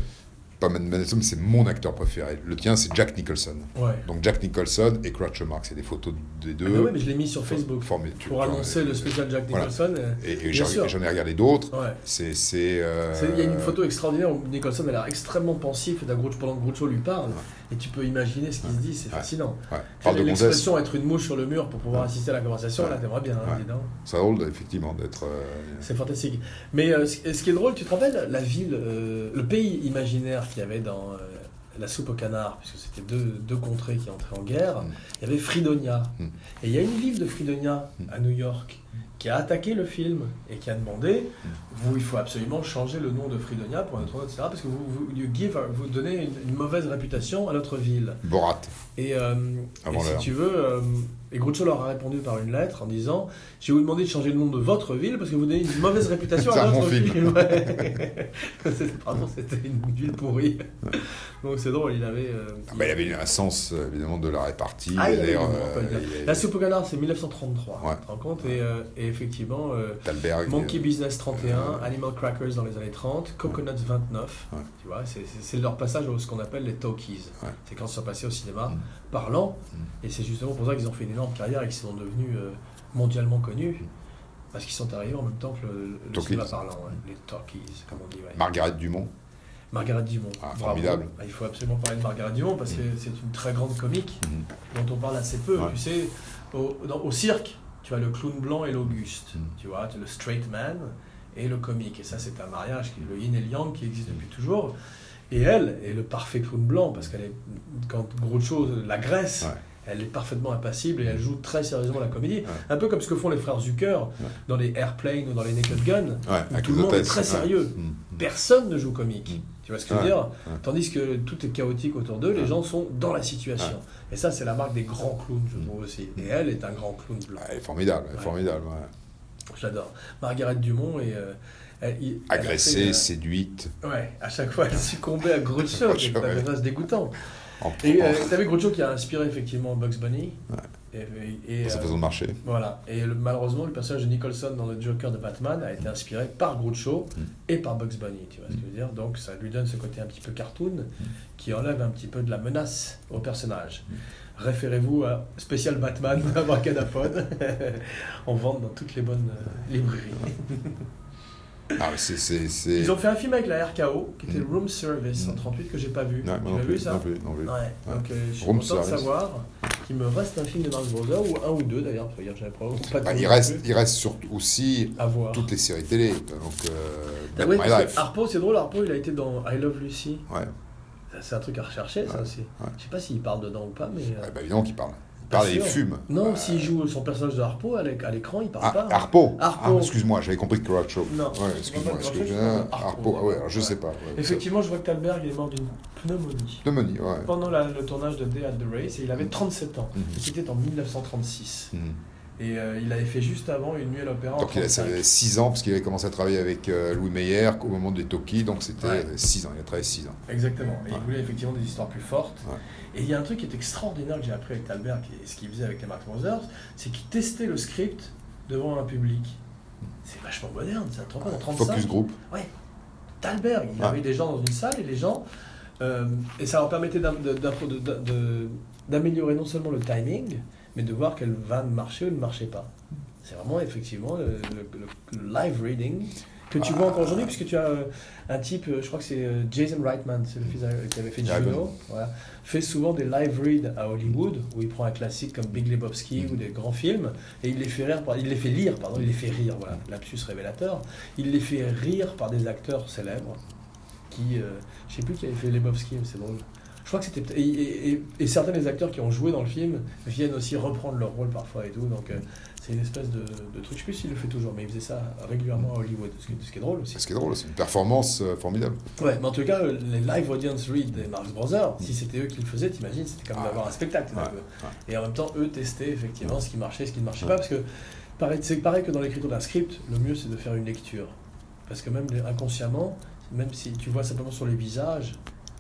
Pas Ben Mendelssohn, c'est mon acteur préféré. Le tien, c'est Jack Nicholson.
Ouais.
Donc Jack Nicholson et Groucho Marx. C'est des photos des
Ah,
deux.
mais ouais, mais je l'ai mis sur Facebook
Formidable. Tu-
pour
tu-
annoncer le spécial Jack
euh, Voilà.
Nicholson.
Et, et
Bien
j'en
sûr.
j'en ai regardé d'autres.
Ouais.
C'est. c'est, euh,
C'est- Il y a une photo extraordinaire où Nicholson a l'air extrêmement pensif et d'un Groucho- pendant que Groucho lui parle. Et tu peux imaginer ce qui se dit, c'est fascinant.
Ouais. Parle de gonzesse.
L'expression être une mouche sur le mur pour pouvoir
Ouais.
assister à la conversation,
Ouais.
là, t'aimerais bien, hein,
Ouais.
dis donc.
C'est drôle, effectivement, d'être. euh,
C'est fantastique. Mais euh, ce ce qui est drôle, tu te rappelles la ville, euh, le pays imaginaire qu'il y avait dans euh, la soupe au canard, puisque c'était deux, deux contrées qui entraient en guerre,
Mm.
il y avait Fridonia.
Mm.
Et il y a une ville de Fridonia
Mm.
à New York qui a attaqué le film et qui a demandé
Mm.
vous, il faut absolument changer le nom de Fridonia pour notre nom, etc. Parce que vous, vous, you give- vous donnez une- une mauvaise réputation à notre ville.
Borat.
Et, euh,
Avant
et si
l'heure.
tu veux, euh, et Groucho leur a répondu par une lettre en disant Je vais vous demander de changer le nom de votre ville parce que vous donnez une mauvaise réputation
C'est
à
un
notre
bon film.
ville. Ouais. C'était- Pardon, c'était une ville pourrie. Donc c'est drôle, il avait. euh,
Ah, bah, il y avait un sens, euh, évidemment, de la répartie.
Ah, il y avait-
d'ailleurs,
je me rappelle bien.
il y avait
La soupe au canard, c'est 1933.
Ouais.
Tu te rends compte et, euh, et effectivement, euh,
Thalberg,
Monkey
euh,
Business 31,
euh,
Animal Crackers dans les années 30, Coconuts 29.
Ouais.
Tu vois, c'est- c'est c'est leur passage au ce qu'on appelle les talkies.
Ouais.
C'est quand ils sont passés au cinéma
Mm.
parlant.
Mm.
Et c'est justement pour ça qu'ils ont fait une énorme carrière et qu'ils sont devenus euh, mondialement connus.
Mm.
Parce qu'ils sont arrivés en même temps que le, le
Talkies.
cinéma parlant. ouais. Les talkies, comme on dit. ouais.
Margaret Dumont.
Margaret Dumont.
Ah,
Bravo.
formidable. Mm.
Ah, Il faut absolument parler de Margaret Dumont parce que c'est une très grande comique dont on parle assez peu.
Ouais.
Tu sais, au, dans- au cirque, tu as le clown blanc et l'auguste,
Mm.
tu vois, tu as le straight man et le comique. Et ça, c'est un mariage, qui, le yin et le yang qui existe depuis toujours. Et elle est le parfait clown blanc parce qu'elle est, quand Groucho la graisse,
Ouais.
elle est parfaitement impassible et elle joue très sérieusement la comédie. Un peu comme ce que font les frères Zucker dans les Airplane ou dans les Naked Gun.
Ouais,
Où
avec
tout
les
le monde est
hôtesses,
très
ouais.
sérieux.
Mm.
Personne ne joue comique.
Mm.
Tu vois ce que je veux
Ouais,
dire
ouais.
Tandis que tout est chaotique autour d'eux, les
Ouais.
gens sont dans la situation. Et ça, c'est la marque des grands clowns, je trouve aussi. Et elle est un grand clown blanc.
Ah, Elle est formidable, elle est
Ouais.
formidable. ouais.
J'adore. Margaret Dumont est. euh, elle- il- elle a
Agressée,
fait,
séduite.
euh, ouais, à chaque fois, elle succombait à Groucho, qui est un
Ouais.
personnage dégoûtant.
En,
Et
en-
euh, t'as vu Groucho qui a inspiré effectivement Bugs Bunny Et- et,
dans sa
euh,
façon de marcher.
Voilà, et le- malheureusement, le personnage de Nicholson dans le Joker de Batman a été inspiré par Groucho
Mm.
et par Bugs Bunny, tu vois ce que je veux dire Donc ça lui donne ce côté un petit peu cartoon qui enlève un petit peu de la menace au personnage. Référez-vous à Spécial Batman d'Abracadapod, en vente dans toutes les bonnes euh, librairies.
Ah, mais c'est- c'est- c'est-
Ils ont fait un film avec la RKO qui était
Mm.
Room Service en
Mm.
38 que j'ai pas vu.
Ouais,
tu
moi non
l'as
plus,
vu ça
non plus, non plus.
Ouais, donc euh, je suis
Room
content de
Service.
savoir qu'il me reste un film de Marx Brothers ou un ou deux d'ailleurs, parce que hier, j'avais probablement pas de
Bah, il,
film
reste,
non plus,
il reste surtout aussi
à voir.
toutes les séries télé. Donc, euh,
Ah
Back
ouais,
My
parce que
Life.
Harpo, c'est drôle, Harpo, il a été dans I Love Lucy.
Ouais.
Ça, C'est un truc à rechercher, ça
Ouais,
aussi.
ouais.
Je sais pas s'il parle dedans ou pas, mais. euh,
Ah, bah, évidemment qu'il parle. Il
Pas
parle et il
Ah, sûr.
fume.
Non,
Bah,
s'il joue son personnage de Harpo à l'éc- à l'écran, il parle
Ah,
pas. hein.
Harpo.
Harpo.
Ah, excuse-moi, j'avais compris que Groucho.
Non.
Ouais, excuse-moi.
Groucho,
excuse-
je
ah,
parle de Harpo.
Harpo. Ah ouais, alors je
Ouais.
sais pas. ouais.
Effectivement, je vois que Talberg il est mort d'une pneumonie.
Pneumonie, ouais.
Pendant la- le tournage de Day at the Race, et il avait 37 ans.
Mhm.
C'était en 1936.
Mhm.
Et euh, il avait fait juste avant une nuit à l'opéra en
Donc il a- ça
35.
avait 6 ans, parce qu'il avait commencé à travailler avec euh, Louis Meyer au moment des Toki, donc c'était
Ouais.
6 ans, il a travaillé 6 ans.
Exactement. Et il
Ouais.
voulait effectivement des histoires plus fortes.
Ouais.
Et il y a un truc qui est extraordinaire que j'ai appris avec Talbert et ce qu'il faisait avec les Marx Brothers, c'est qu'il testait le script devant un public. C'est vachement moderne, ça. Tu te rends compte, en 35,
Focus Group,
Talbert, il
Ouais.
avait des gens dans une salle et les gens. euh, et ça leur permettait d'am- de- d'impro- de- de- d'améliorer non seulement le timing, mais de voir quelle vanne marchait ou ne marchait pas. C'est vraiment effectivement le, le- le- le live reading que tu vois encore aujourd'hui, puisque tu as euh, un type, euh, je crois que c'est euh, Jason Reitman, c'est le fils euh, qui avait fait
Jason.
Juno, voilà, fait souvent des live reads à Hollywood, où il prend un classique comme Big Lebowski
Mhm.
ou des grands films, et il les fait, rire par- il les fait lire, pardon, il les fait rire, voilà, lapsus révélateur, il les fait rire par des acteurs célèbres qui, euh, je sais plus qui avait fait Lebowski, mais c'est drôle. Je crois que c'était peut-être- et, et- et- et certains des acteurs qui ont joué dans le film viennent aussi reprendre leur rôle parfois et tout. Donc euh, c'est une espèce de, de truc. Je sais plus s'il le fait toujours, mais il faisait ça régulièrement à Hollywood, ce qui, ce qui est drôle aussi.
c'est ce qui est drôle, c'est une performance euh, formidable.
Ouais, mais en tout cas, euh, les live audience read des Marx Brothers, si c'était eux qui le faisaient, t'imagines, c'était comme
Mm. Ah,
d'avoir un spectacle. un
ouais,
peu.
ouais.
Et en même temps, eux testaient effectivement ce qui marchait, ce qui ne marchait
Ouais.
pas, parce que pareil- c'est pareil que dans l'écriture d'un script, le mieux c'est de faire une lecture. Parce que même les- inconsciemment, même si tu vois simplement sur les visages,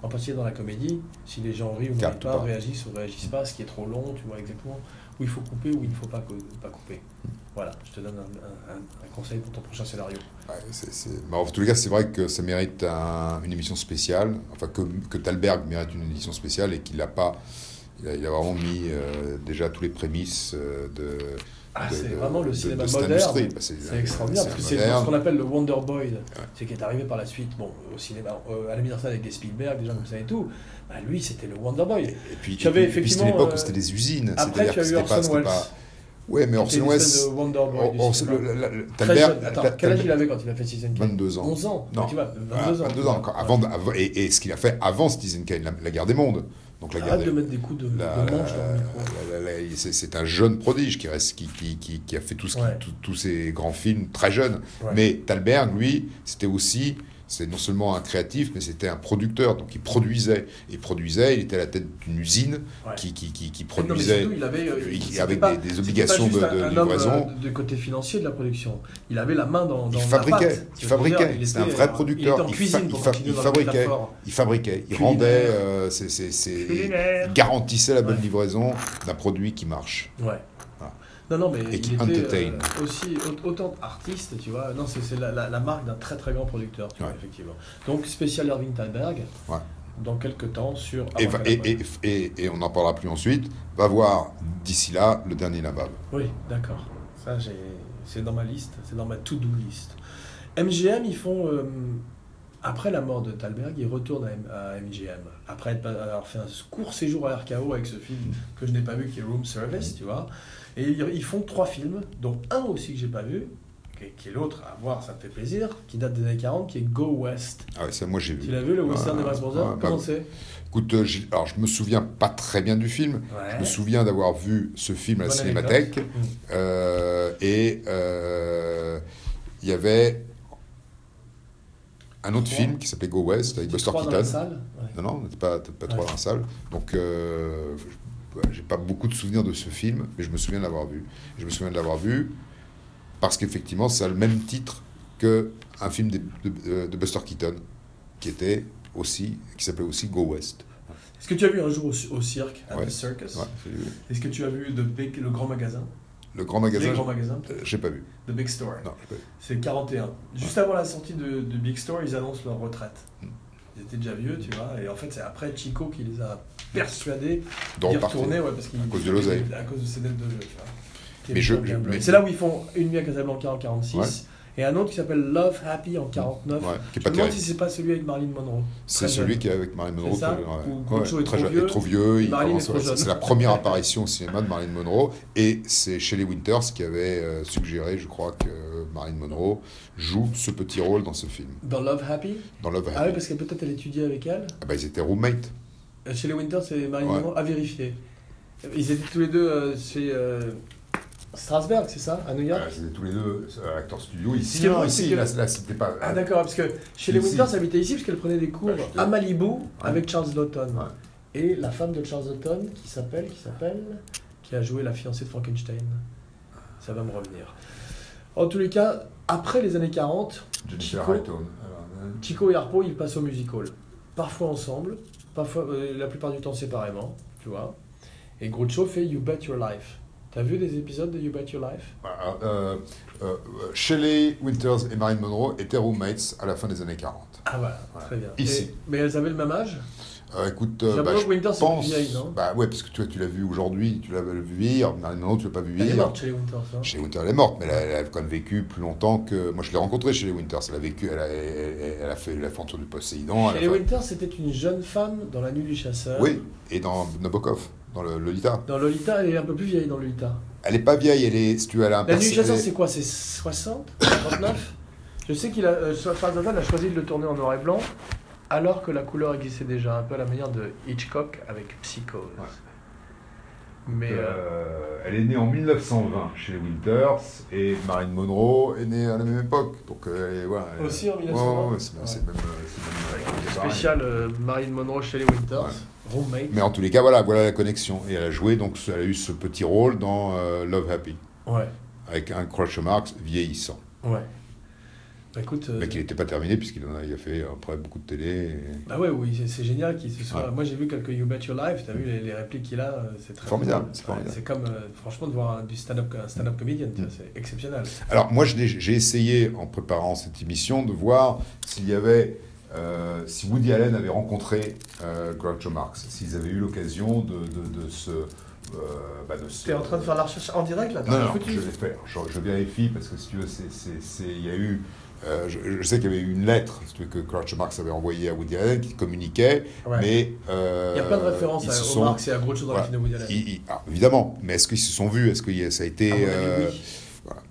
en particulier dans la comédie, si les gens rient ou ne rient
Capte
pas,
pas.
réagissent ou réagissent pas, ce qui est trop long, tu vois exactement où il faut couper, où il ne faut pas, cou- pas couper.
Mm.
Voilà, je te donne un- un- un- un conseil pour ton prochain scénario.
Ouais, c'est- c'est- bah, en tous les cas, c'est vrai que ça mérite un- une émission spéciale, enfin que, que Talberg mérite une émission spéciale et qu'il n'a pas, il a, il a vraiment mis euh, déjà tous les prémices euh, de,
Ah,
de-
c'est
de-
vraiment le
de-
cinéma
de cette
moderne.
industrie. Bah,
C'est extraordinaire,
c'est
parce que
un
c'est
moderne.
ce qu'on appelle le Wonder Boy, c'est qui est arrivé par la suite bon, au cinéma, euh, à la mise en scène avec des Spielberg, des gens comme ça et tout. Bah, lui, c'était le Wonder Boy.
Et puis,
Tu
et
avais
puis- et puis c'était
effectivement,
l'époque
euh,
où c'était des usines.
Après,
c'est-à-dire
tu
que
as eu
c'était pas-
Orson
c'était
Welles.
pas- Ouais, mais
C'était
Orson
une
Welles.
espèce de Wonder Boy. du
Or- Orson-
cinéma.
le- le- le-
Très
Talbert-
jeune. Attends,
la-
quel âge
Talbert-
il avait quand il a fait Citizen Kane
22 ans.
11 ans.
Non. Ah,
Tu vois, 22
Voilà, 22
ans.
encore. Avant, de- avant- et, et ce qu'il a fait avant Citizen Kane, la, la guerre des mondes. Donc la guerre
Arrête
des
Ah, de mettre des coups de, de
la-
manche dans le micro.
la- la- la- c'est- C'est un jeune prodige qui, reste, qui, qui, qui, qui a fait tout ce qui-
Ouais.
tout- tous ces grands films très jeunes.
Ouais.
Mais Talberg, lui, c'était aussi, c'est non seulement un créatif, mais c'était un producteur. Donc il produisait. Il produisait, il était à la tête d'une usine
Ouais.
qui, qui, qui, qui
Non, mais
produisait.
surtout, il avait, euh,
il-
c'était
avec des- des
c'était
obligations
pas juste
de-
un-
de
un homme,
livraison.
euh, du côté financier de la production. Il avait la main dans, dans
Il
la
fabriquait,
pâte.
il
Je veux dire,
fabriquait.
il
C'est un
était,
vrai
euh, Il était
producteur.
en
Il
cuisine
fa-
pour
il fa-
continuer
il
dans la
fabriquait.
métaphore.
Il fabriquait, il
Culinaire.
rendait, euh, c'est- c'est- c'est-
Culinaire.
il garantissait la bonne
Ouais.
livraison d'un produit qui marche.
Ouais.
Voilà.
Non, non, mais
Ah. Et qui
il était
entertain.
euh, aussi au- autant artiste, tu vois. Non, c'est c'est la, la- la marque d'un très très grand producteur, tu vois,
Ouais.
effectivement. Donc, spécial Irving Thalberg,
Ouais.
dans quelques temps, sur.
Et, va-
Abracadabra.
et, et, et, et on n'en parlera plus ensuite. Va voir d'ici là le dernier Nabab.
Oui, d'accord. Ça, j'ai- c'est dans ma liste, c'est dans ma to-do list. MGM, ils font. euh, Après la mort de Thalberg, ils retournent à, M- à MGM. Après être- avoir fait un court séjour à RKO avec ce film que je n'ai pas vu, qui est Room Service, tu vois. Et ils, ils font trois films, dont un aussi que j'ai pas vu, qui est, qui est l'autre à voir, ça me fait plaisir, qui date des années 40, qui est Go West.
Ah ouais, ça, moi j'ai
Tu
vu.
l'as vu, le western
Ouais,
de Max Brothers
ouais, bah-
Comment c'est
Écoute, euh, j'ai- alors je me souviens pas très bien du film. Je me
Ouais.
souviens d'avoir vu ce film à la
Bonne
Cinémathèque.
anecdote. Mm.
Euh, et euh, il y avait un autre
Trois.
film qui s'appelait Go West avec
C'était
Buster
trois dans la
Keaton.
salle Ouais.
Non, non, on n'était pas, pas
Ouais.
trois dans la salle. Donc, euh, je- ouais, j'ai pas beaucoup de souvenirs de ce film, mais je me souviens de l'avoir vu. Je me souviens de l'avoir vu parce qu'effectivement, ça a le même titre que un film de, euh, de- de Buster Keaton, qui était aussi, qui s'appelait aussi Go West.
Est-ce que tu as vu un jour au, au cirque, à
Ouais.
The Circus
Ouais, c'est lui.
Est-ce que tu as vu The Big, le grand magasin
le grand
Les
magasin.
grands magasins
euh, J'ai pas vu.
The Big Store.
Non, j'ai pas vu.
C'est 41. Juste avant la sortie de, de Big Store, ils annoncent leur retraite.
Mm.
Ils étaient déjà vieux, tu vois. Et en fait, c'est après Chico qui les a persuadés
Dans
d'y
Repartir.
retourner. Ouais, parce qu'ils-
À cause de l'oseille.
À cause de ces dettes de jeu, tu vois. Qui est
Mais je-
bien
je-
bleu.
mais-
C'est là où ils font une nuit à Casablanca en 46
Ouais.
et un autre qui s'appelle Love Happy en 49.
Ouais, qui est
Je
pas
me demande
terrible.
si c'est pas celui avec Marilyn Monroe.
C'est
Très
celui qui est avec Marilyn Monroe.
C'est ça
très- ouais.
Où Groucho est
très
trop
jeune,
vieux,
est trop vieux. il
Marilyn
commence-
est trop
ouais, c'est-
jeune.
c'est la première apparition au cinéma de Marilyn Monroe. Et c'est Shelley Winters qui avait euh, suggéré, je crois, que Marilyn Monroe joue ce petit rôle dans ce film,
Dans Love Happy
dans Love
Ah oui,
Happy.
parce que peut-être elle étudiait avec elle.
Ah bah, ils étaient roommates.
Euh, Chez les Winters c'est Marilyn
Ouais.
Monroe, à vérifier. Ils étaient tous les deux euh, chez euh, Strasbourg, c'est ça À New York
Ah, ils étaient tous les deux euh, à l'acteur studio
Ce qui est drôle, c'est que-
c'était pas.
Ah d'accord, parce que chez les
Ici.
Winters, elle habitait ici parce qu'elle prenait des cours
Bah, je te-
à Malibu avec Charles Lawton.
Ouais.
Et la femme de Charles Lawton, qui s'appelle, qui s'appelle, qui a joué la fiancée de Frankenstein. Ça va me revenir. En tous les cas, après les années 40,
euh,
Chico- Chico et Harpo, ils passent au music hall. Parfois ensemble, parfois, euh, la plupart du temps séparément, tu vois. Et Groucho fait You Bet Your Life. T'as vu des épisodes de You Bet Your Life
Voilà, euh, euh, Shelley Winters et Marilyn Monroe étaient roommates à la fin des années 40.
Ah voilà,
Voilà.
très bien.
Ici.
Et- mais elles avaient le même âge
Euh, écoute,
J'ai
euh, bah,
l'impression
je
que Winters, c'est plus
pense.
vieille, non
bah ouais, parce que tu, tu l'as vu aujourd'hui, tu l'as vu vieillir. Marilyn Monroe, tu l'as pas vu
Elle est
vieillir.
morte chez les Winters. hein.
Chez Winters, elle est morte, mais elle a, elle a quand même vécu plus longtemps que. Moi, je l'ai rencontrée chez les Winters. Elle a vécu, elle a, elle- elle a fait l'aventure du Poséidon.
Shelley
Elle a fait-
Winters, c'était une jeune femme dans La Nuit du Chasseur.
Oui, et dans Nabokov, dans le Lolita.
Dans Lolita, elle est un peu plus vieille dans Lolita.
Elle est pas vieille, elle est. Si tu veux, elle a un
La Nuit
perso-
du Chasseur,
elle est-
c'est quoi C'est 60 59 Je sais qu'il a. Euh, Charles Dodin a choisi de le tourner en noir et blanc, alors que la couleur existait déjà, un peu à la manière de Hitchcock avec Psychose.
Ouais.
Mais. euh,
Euh, elle est née en 1920 chez les Winters et Marine Monroe est née à la même époque. Donc euh, elle est- voilà, elle-
Aussi en
Ouais,
1920.
ouais, ouais, c'est c'est le même. euh, c'est le même, euh, contemporain.
Spécial euh, Marilyn Monroe chez les Winters,
Ouais.
roommate.
Mais en tous les cas, voilà, voilà la connexion. Et elle a joué, donc elle a eu ce petit rôle dans euh, Love Happy
Ouais,
avec un Crush Marx vieillissant.
ouais. Bah écoute. euh,
Mais qui n'était pas terminé puisqu'il en a, il a fait après beaucoup de télé. et-
Bah ouais, oui, c'est- c'est génial qu'il se soit.
Ouais.
Moi j'ai vu quelques You Bet Your Life, t'as vu les, les répliques qu'il a, euh, c'est très.
Formidable,
drôle.
c'est formidable. Mm.
C'est comme, euh, franchement, de voir un- du stand-up stand comedian, tu vois, c'est exceptionnel.
Alors moi, je l'ai- j'ai essayé en préparant cette émission de voir s'il y avait, euh, si Woody Allen avait rencontré euh, Groucho Marx, s'ils avaient eu l'occasion de, de- de se euh, bah, de se-
T'es en train de faire la recherche en direct là t'as
Non,
rien
non,
foutu.
je vais faire. Je, je vérifie parce que si tu veux, c'est, c'est- c'est- il y a eu. euh, je, je sais qu'il y avait eu une lettre si tu veux, que Groucho Marx avait envoyée à Woody Allen qui communiquait,
Ouais.
mais. euh,
Il y a plein de références
ils se
à,
sont-
au Marx et à Groucho dans
voilà,
les films de Woody Allen.
ils- ils- ah, évidemment, mais est-ce qu'ils se sont vus Est-ce que y a- ça a été.
À mon avis,
euh,
oui.
voilà.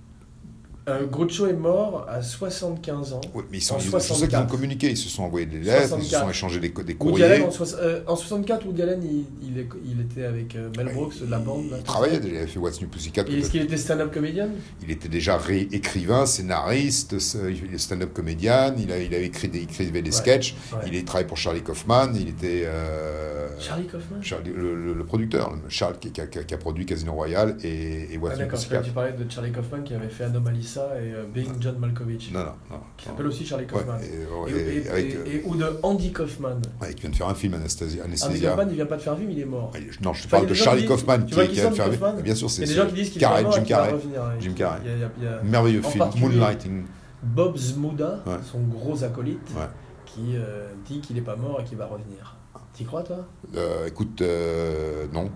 Euh, Groucho est mort à 75 ans.
ouais, mais ils
En
sont, ils- je sais qu'ils ont
64.
communiqué, ils se sont envoyés des lettres, ils se sont
64.
échangés des, co- des
Woody
courriers.
Allen en, soix- euh, en 64, Woody Allen il, il est- il était avec euh, Mel Brooks de la bande. là.
Ah, Il travaillait déjà, il avait fait What's New Pussycat.
Et Est-ce qu'il était stand-up comédien
Il était déjà ré- écrivain, scénariste, ce- il est stand-up comédien, il, a- il avait écrit des, il écrivait des
Ouais.
sketchs,
Ouais.
il est travaillé pour Charlie Kaufman, il était euh,
Charlie Kaufman
Charlie- le, le- le producteur, le- Charles qui, qui a- qui a- qui a produit Casino Royale et, et
Ah
What's
d'accord,
New
je
Pussycat.
croyais que tu parlais de Charlie Kaufman qui avait fait Anomalisa et euh, Being John Malkovich.
Non, non, non.
Qui s'appelle aussi Charlie
Ouais,
Kaufman.
et-
Et,
et-
et- Ah,
avec, euh,
et- ou de Andy Kaufman.
ouais, qui vient de faire un film, Anastasia.
Andy
Anastasia.
Kaufman, il vient pas de faire un film, il est mort.
Ouais, je- Non, je
Enfin, il
te
y
parle
a
de
des gens
Charlie
qui-
Kaufman
tu
qui,
vois
qui
qui
vient de
sont
faire.
Kaufman
Bien sûr,
Il
c'est.
y a des
c'est
gens qui disent qu'il est
Carrey,
mort et
Jim
qu'il va
Carrey.
revenir, ouais.
Jim Carrey.
Il y a- il y a- il y a-
Merveilleux
En
film,
particulier-
Moonlighting.
Bob Zmuda,
Ouais.
son gros acolyte,
Ouais.
qui euh, dit qu'il est pas mort et qu'il va revenir. T'y crois, toi
Euh, écoute, euh, non,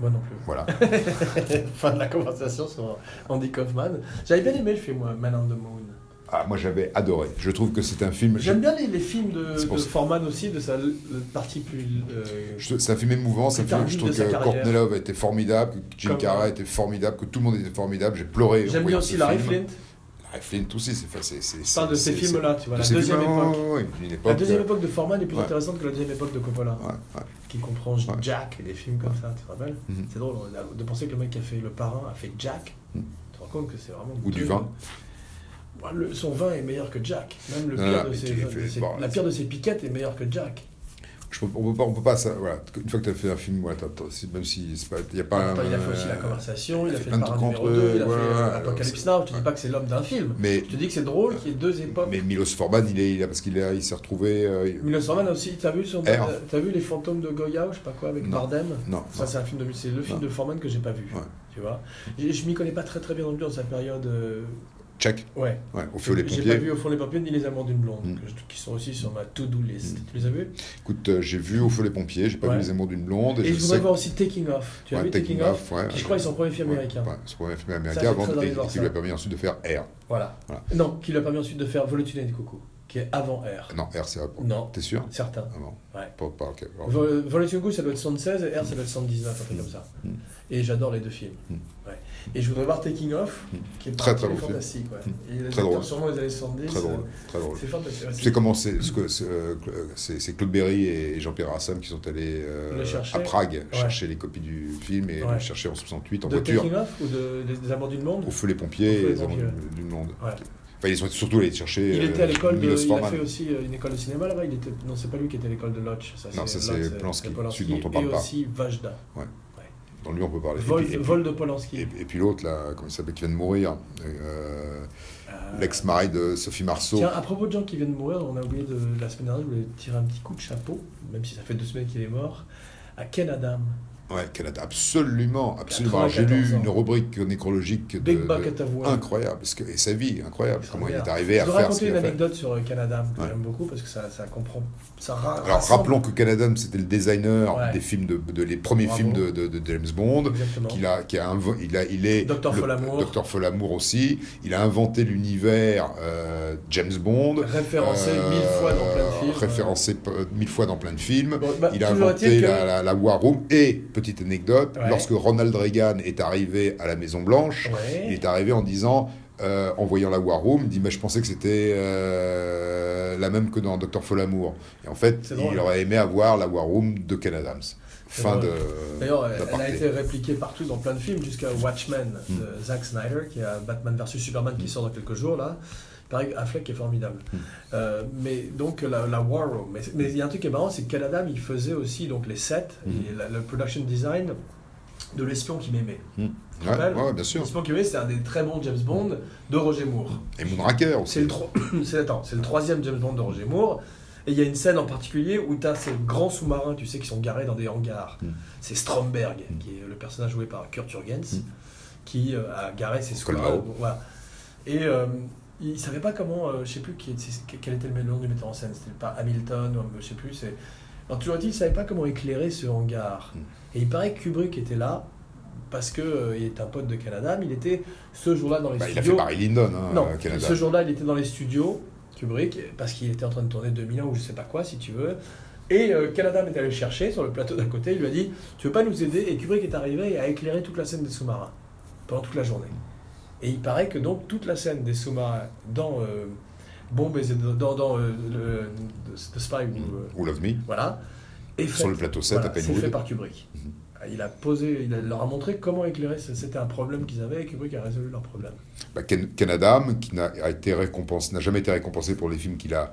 Moi non plus.
voilà.
fin de la conversation sur Andy Kaufman. J'avais bien aimé le film, moi, Man on the Moon.
Ah, moi j'avais adoré. Je trouve que c'est un film.
J'aime bien les, les films de,
C'est pour
de
ça.
Forman aussi, de sa l- partie plus. euh,
Je- C'est un film émouvant, c'est un
Plus
film,
tardif
je
de
trouve
sa
que
carrière.
Courtney Love était formidable, que Jim
Comme- euh,
Carrey était formidable, que tout le monde était formidable, j'ai pleuré. en
J'aime bien
voyant
aussi
ce
Larry
film.
Flint.
Larry Flint aussi, c'est c'est- c'est-
Je parle de ces
c'est- c'est-
films-là, tu vois.
de
La
ces
deuxième
films-là,
époque.
ouais, ouais, ouais, une
La
époque,
deuxième
euh,
époque de Forman est plus
Ouais.
intéressante que la deuxième époque de Coppola,
ouais, ouais.
qui comprend Jack et des films comme ça, tu te rappelles
Mhm.
C'est drôle on a- de penser que le mec qui a fait Le Parrain a fait Jack.
Mhm.
Tu te rends compte que c'est vraiment.
Ou du
deux-
vin.
Ouais, le- son vin est meilleur que Jack. Même le
Non,
pire
non,
de
Ah, mais
ses-
tu-
de
tu-
ses-
bon,
la pire de ses piquettes est meilleure que Jack.
Je peux- on peut pas, on peut pas ça, voilà. Une fois que tu as fait un film, voilà, t'as- t'as- si- même si c'est pas, il y a pas.
Attends, il a fait
un- euh,
aussi la conversation, il a
fait
fait
plein
le
de
parrain
trucs
numéro
entre
2,
eux,
il a
ouais, ouais,
fait euh,
alors,
Apocalypse
c'est-
Now. Je te
ouais.
dis pas que c'est l'homme d'un film.
Mais,
Je te dis que c'est drôle qu'il y ait deux époques.
mais Milos Forman, il est, il a, parce qu'il a- il s'est retrouvé. euh, il-
1920 aussi, t'as vu, son- euh,
R.
t'as vu les fantômes de Goya ou je sais pas quoi avec
Non.
Bardem
non,
Ça, c'est un film de, c'est le film
Ouais.
de Forman que j'ai pas vu.
Ouais.
Tu vois, J'ai- je m'y connais pas très très bien non plus dans sa période. euh,
check.
Ouais.
Ouais, au feu les
J'ai pas
pompiers.
vu au fond les pompiers ni les amants d'une blonde,
Mm.
que je- qui sont aussi sur ma to-do list. Tu les as vus
Écoute, euh, j'ai vu au feu les pompiers, j'ai pas
Ouais.
vu les amours d'une blonde.
Et je voudrais
sais
voir aussi Taking Off. Tu as
Ouais,
vu Taking,
Taking
Off,
Off, ouais.
Qui je crois est son premier film
Ouais,
américain.
ouais, son premier film
c'est
américain avant
très
de- et,
dans les
qui lui a
ensembles.
permis ensuite de faire R.
Voilà.
Voilà.
Non, qui lui a permis ensuite de faire Vol au tunnel du coucou, qui est avant R.
Non, R c'est après.
Non,
T'es sûr
certain.
Ah non.
Ouais.
Pas, pas, ok. Alors,
Vol Vol au tunnel du coucou, ça doit être 76 et R, ça doit être 119, un truc comme ça.
Mm.
Et j'adore les deux films.
Mm.
Ouais. Et je voudrais voir Taking Off,
Mm.
qui est
Très, très bon film. Mm.
fantastique. ouais. Et les
Très
acteurs,
drôle.
Sûrement les années 70.
Très drôle,
euh,
très drôle.
C'est fantastique. Ouais,
Tu
c'est-
sais comment c'est ce que c'est, euh, c'est c'est Claude Berry et Jean-Pierre Rassam qui sont allés euh,
Le chercher.
à Prague
Ouais.
chercher les copies du film et
Ouais.
le chercher en 68 en
de
voiture
Taking Off ou de, des, des Abords du Monde
au feu les pompiers
Au feu les
et les amours
pompiers,
du- du monde.
Ouais.
Enfin, ils sont surtout allés chercher
Il était à
euh,
l'école de.
Milos
Il a
Forman.
fait aussi euh, une école de cinéma là-bas. Il était. Non, c'est pas lui qui était à l'école de Lodge. Ça,
Non, ça, c'est
Lodge,
Polanski,
c'est euh,
celui dont on parle
et
pas.
aussi Vajda.
Dans lui on peut parler. Et
Vol,
puis- et puis-
vol de Polanski.
Et, et puis l'autre, là, comment il s'appelle, qui vient de mourir, euh,
Euh,
l'ex-mari de Sophie Marceau.
Tiens, à propos de gens qui viennent de mourir, on a oublié de la semaine dernière, je voulais tirer un petit coup de chapeau, même si ça fait deux semaines qu'il est mort, à Ken Adam.
Ouais, Canada, absolument, absolument. Alors, J'ai
94
lu
ans.
une rubrique nécrologique de,
Big
de-
Buck at Avoine.
incroyable, parce que, et sa vie, incroyable, comment il est
Extraordinaire.
arrivé
hein. Je
à
vais
faire ce
raconter
qu'il
une
a fait.
anecdote sur euh, Ken Adam, que
Ouais.
j'aime beaucoup, parce que ça, ça comprend. Ça ra-
Alors
rassemble.
rappelons que Ken Adams c'était le designer
Ouais.
des films de, de- les premiers
Bravo.
films de, de- de James Bond.
Exactement.
Qu'il a, qui a invo- il a, il est
Dr. Folamour.
Docteur Folamour aussi. Il a inventé l'univers euh, James Bond. euh,
Référencé mille fois dans plein de films.
Référencé euh, mille fois dans plein de films.
Bon, bah,
Il a
toujours
inventé
est-il que-
la, la- la War Room. Et, petite anecdote,
Ouais.
lorsque Ronald Reagan est arrivé à la Maison Blanche,
Ouais.
il est arrivé en disant, euh, en voyant la War Room, il dit, mais je pensais que c'était euh, la même que dans Docteur Folamour. Et en fait,
C'est drôle,
il
hein.
aurait aimé avoir la War Room de Ken Adams.
C'est
Fin
drôle.
de...
D'ailleurs, elle- elle a
d'aparté.
été répliquée partout dans plein de films, jusqu'à Watchmen
Mm.
de Zack Snyder, qui a Batman vs Superman qui sort dans quelques jours là. Pareil, Affleck est formidable. Euh, mais donc la, la War Room. Mais mais il y a un truc qui est marrant, c'est que Ken Adam, il faisait aussi donc les sets et la- le production design de l'espion qui m'aimait.
Ouais,
rappelles
ouais, bien sûr.
L'espion qui m'aimait, c'est un des très bons James Bond de Roger Moore.
Et Moonraker aussi.
C'est le, tro- c'est- attends, c'est le troisième James Bond de Roger Moore. Et il y a une scène en particulier où tu as ces grands sous-marins, tu sais, qui sont garés dans des hangars.
Mm.
C'est Stromberg, qui est le personnage joué par Kurt Jurgens, qui euh, a garé ses
Colmao.
sous-marins. Bon, voilà. Et euh, il savait pas comment, euh, je sais plus qui est- c'est- quel était le nom du metteur en scène, c'était pas Hamilton, ou, un- je sais plus. c'est- Alors, toujours dit, il savait pas comment éclairer ce hangar.
Mm.
Et il paraît que Kubrick était là, parce que euh, il est un pote de Canada, mais il était ce jour-là dans les
Bah, il a fait
studios.
Barry Lyndon, hein,
non,
euh, Canada.
ce jour-là, il était dans les studios Kubrick parce qu'il était en train de tourner 2001 ou je sais pas quoi, si tu veux. Et euh, Canada m'est allé le chercher sur le plateau d'à côté. Il lui a dit "Tu veux pas nous aider Et Kubrick est arrivé et a éclairé toute la scène des sous-marins pendant toute la journée. Et il paraît que donc toute la scène des sous-marins dans euh, Bombe et dans, dans euh, le, The Spy ou, euh,
Ou Love Me,
voilà, est
Mm. sur
faite-
le plateau 7
voilà,
à Mm-hmm.
c'est
Penwood.
fait par Kubrick. Il a posé, il a- leur a montré comment éclairer. ce- C'était un problème qu'ils avaient et Kubrick a résolu leur problème.
Bah, Ken, Ken Adam, qui n'a a été récompensé- n'a jamais été récompensé pour les films qu'il a,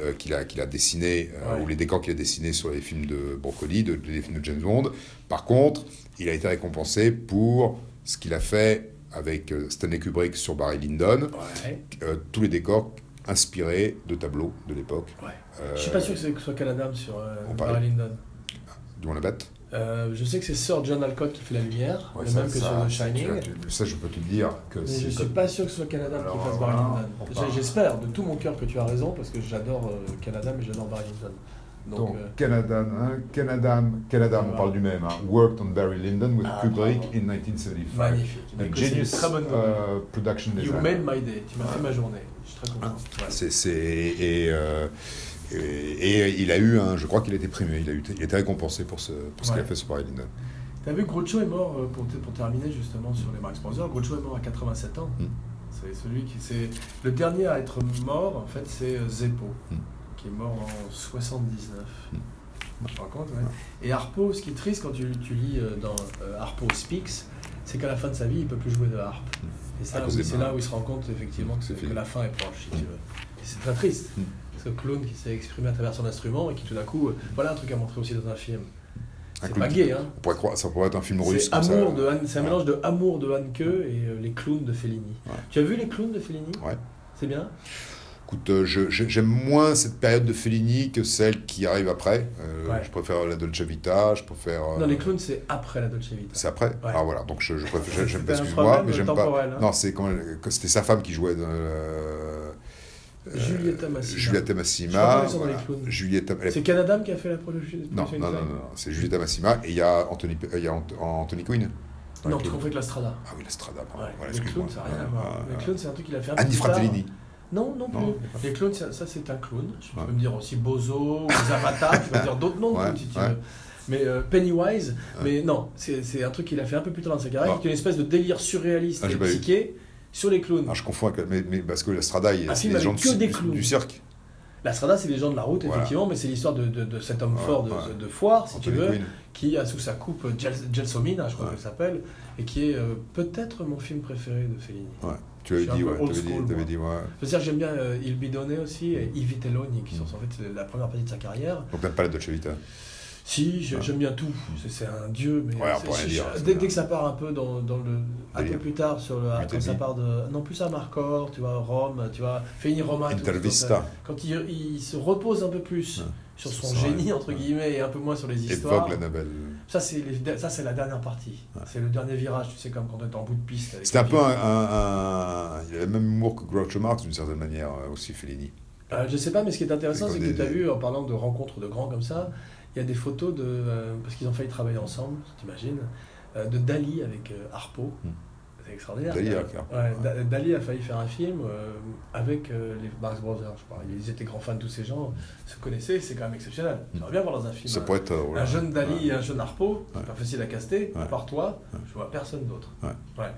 euh, qu'il a, qu'il a dessinés, euh,
Ouais.
ou les décors qu'il a dessinés sur les films de Brocoli, de, les films de James Bond. Par contre, il a été récompensé pour ce qu'il a fait avec euh, Stanley Kubrick sur Barry Lyndon,
Ouais.
euh, tous les décors inspirés de tableaux de l'époque.
Ouais.
Euh,
Je suis pas sûr que c'est- que ce soit Canadam sur euh,
on parlait-
Barry Lyndon.
D'où on la batte
Euh, je sais que c'est Sir John Alcott qui fait la lumière,
Ouais,
le même que sur The Shining.
tu vois, tu- ça, je peux te dire que
Mais je
c'est
suis
comme-
pas sûr que ce soit Canadam qui
Alors,
fasse
voilà,
Barry
on
Lyndon.
parle.
J'ai- J'espère de tout mon cœur que tu as raison parce que j'adore euh, Canadam et j'adore Barry Lyndon. Donc,
Donc,
euh,
Canada, hein, Canada, Canada, on
Voilà.
parle du même. hein, worked on Barry Lyndon with
Ah,
Kubrick
bravo.
in 1975.
magnifique.
A
Écoute, c'est une
genius
très bonne nouvelle.
euh, production
You
design.
made my day. Tu m'as fait ma journée. Je suis très content. Ouais.
C'est, c'est- et, euh, et, et il a eu, un, je crois qu'il a été primé, il a, eu, il a été récompensé pour ce, pour ce qu'il a
Ouais.
fait sur Barry Lyndon.
T'as vu, Groucho est mort, euh, pour, pour terminer justement sur les Marx Brothers, Groucho est mort à 87 ans.
Mm.
C'est celui qui. C'est, le dernier à être mort, en fait, c'est euh, Zeppo,
Mm.
qui est mort en 79.
Mm.
Tu te rends compte, ouais. Et Harpo, ce qui est triste quand tu, tu lis euh, dans euh, Harpo Speaks, c'est qu'à la fin de sa vie, il peut plus jouer de harpe. Et ça,
Mm. À cause
oui,
des
c'est
mains.
là où il se rend compte effectivement que,
C'est
que
fini.
la fin est proche, si tu veux. Et c'est très triste.
Mm.
Ce clone qui s'est exprimé à travers son instrument et qui tout d'un coup, euh, voilà un truc à montrer aussi dans un film.
Un
C'est
clown
pas
qui-
gay, hein
On pourrait croire, ça pourrait être un film russe.
c'est
comme ça.
amour de Han- c'est un
Ouais.
mélange de amour de Hanke et euh, les clowns de Fellini.
Ouais.
Tu as vu les clowns de Fellini
Ouais.
C'est bien
Écoute, euh, je- je- j'aime moins cette période de Fellini que celle qui arrive après. Euh,
Ouais.
Je préfère la Dolce Vita, je préfère. euh,
Non, les clowns, c'est après la Dolce Vita.
C'est après Ah voilà, donc je, je préfère, j'aime
C'était
pas,
un
excuse-moi,
problème
mais j'aime pas.
temporel, hein.
Non, c'est quand elle- quand c'était sa femme qui jouait dans euh,
Julietta Massina.
Julietta
Je crois pas
Massima.
qu'ils sont dans les
voilà.
clowns.
Julietta. elle-
C'est Canadam qui a fait la production
Non,
production
non, non,
design.
non, non, c'est Julietta Massima et il y a Anthony, Pe- il y a Ant- Anthony Quinn. dans les
Non, tu
clowns.
confonds avec la Strada.
Ah oui, la Strada, pardon.
Ouais,
Voilà,
les
excuse-moi.
clowns, ça n'a rien à
Euh,
voir.
euh,
les clowns, c'est un truc qu'il a fait un peu
Annie
plus tard.
Fratellini.
Non, non plus.
Non.
Les clowns, ça, ça, c'est un clown. Tu
Ouais.
peux me dire aussi Bozo ou Zapata, tu peux me dire d'autres noms de
Ouais,
clowns, si tu
ouais.
veux. Mais euh, Pennywise,
Ouais.
mais non, c'est c'est un truc qu'il a fait un peu plus tard dans sa carrière,
Ah.
qui est une espèce de délire surréaliste
Ah, j'ai
et
pas vu.
psyché sur les clowns.
Ah, je confonds avec. Mais, mais parce que la Strada, il y a
Un
c'est
film
des
Ah, avec
gens
que
du,
des
du-
clowns.
du cirque.
La Strada, c'est les gens de la route,
Voilà.
effectivement, mais c'est l'histoire de, de- de cet homme
Ouais,
fort de,
ouais.
de foire, si
Anthony
tu veux,
Quinn.
qui a sous sa coupe Gel- Gelsomina, je crois
Ouais.
qu'elle s'appelle, et qui est euh, peut-être mon film préféré de Fellini.
Ouais. Tu
Je
avais
suis un
dit,
peu
ouais.
old
T'avais
school,
dit, t'avais
moi.
dit, ouais.
C'est-à-dire, j'aime bien euh, Il Bidonné aussi,
Mm.
et Yves Telloni, qui sont en fait la première partie de sa carrière.
Donc t'aimes pas la Dolce Vita.
Ah, Si, je-
Ouais.
j'aime bien tout. C'est- C'est un dieu, mais
Ouais, on
c'est-
pourrait
c'est-
dire,
dès-
c'est
dès,
bien.
que ça part un peu dans, dans le un peu
Délire.
plus tard sur le quand
Utopie.
ça part de non plus à Marcor, tu vois Rome, tu vois Feni Roma, tout-
Intervista.
Quand, quand il, il se repose un peu plus
Ouais.
sur
Sur
son
son
génie
rêve.
entre
Ouais.
guillemets et un peu moins sur les histoires.
Évoque l'Annabelle.
Ça c'est les- ça c'est la dernière partie.
Ouais.
C'est le dernier virage, tu sais comme quand on est en bout de piste. avec
C'était un
les
peu
pieds.
un, un- un- Il avait le même humour que Groucho Marx, d'une certaine manière, euh, aussi Fellini.
Euh, je sais pas, mais ce qui est intéressant,
C'est
c'est
comme
que
des-
tu as vu, en parlant de rencontres de grands comme ça, il y a des photos de. euh, parce qu'ils ont failli travailler ensemble, t'imagines, euh, de Dali avec euh, Harpo.
Hmm.
C'est extraordinaire.
Dali,
Ouais,
avec Harpo,
ouais,
ouais.
Da- Dali a failli faire un film euh, avec euh, les Marx Brothers, je crois. Ils étaient grands fans de tous ces gens, se connaissaient, c'est quand même exceptionnel.
Hmm.
J'aimerais bien voir dans un film.
Ça
un-
pourrait être. euh, voilà.
un jeune Dali
Ouais.
et un jeune Harpo, c'est
Ouais.
pas facile à caster, à
Ouais.
part toi,
Ouais.
je vois personne d'autre.
Ouais.
Ouais.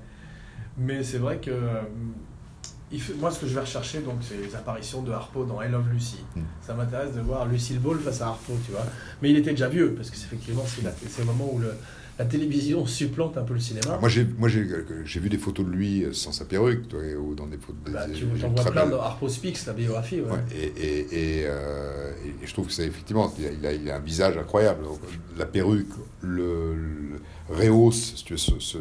Mais c'est vrai que euh, il fait- moi, ce que je vais rechercher, donc, c'est les apparitions de Harpo dans I Love Lucy.
Mm.
Ça m'intéresse de voir Lucille Ball face à Harpo, tu vois. Mais il était déjà vieux, parce que c'est effectivement, c'est la- c'est le moment où le- la télévision supplante un peu le cinéma.
Ah, Moi, j'ai, moi j'ai, euh, j'ai vu des photos de lui euh, sans sa perruque, toi, et- ou dans des photos.
Bah,
des-
tu
des-
t'en
des
vois
très
plein
belles-
dans Harpo Speaks, la biographie. ouais.
Ouais, et, et, et, euh, et- et je trouve que c'est effectivement, il a, il a- il a un visage incroyable. Donc, La perruque, le, le rehausse, si tu veux, ce, ce,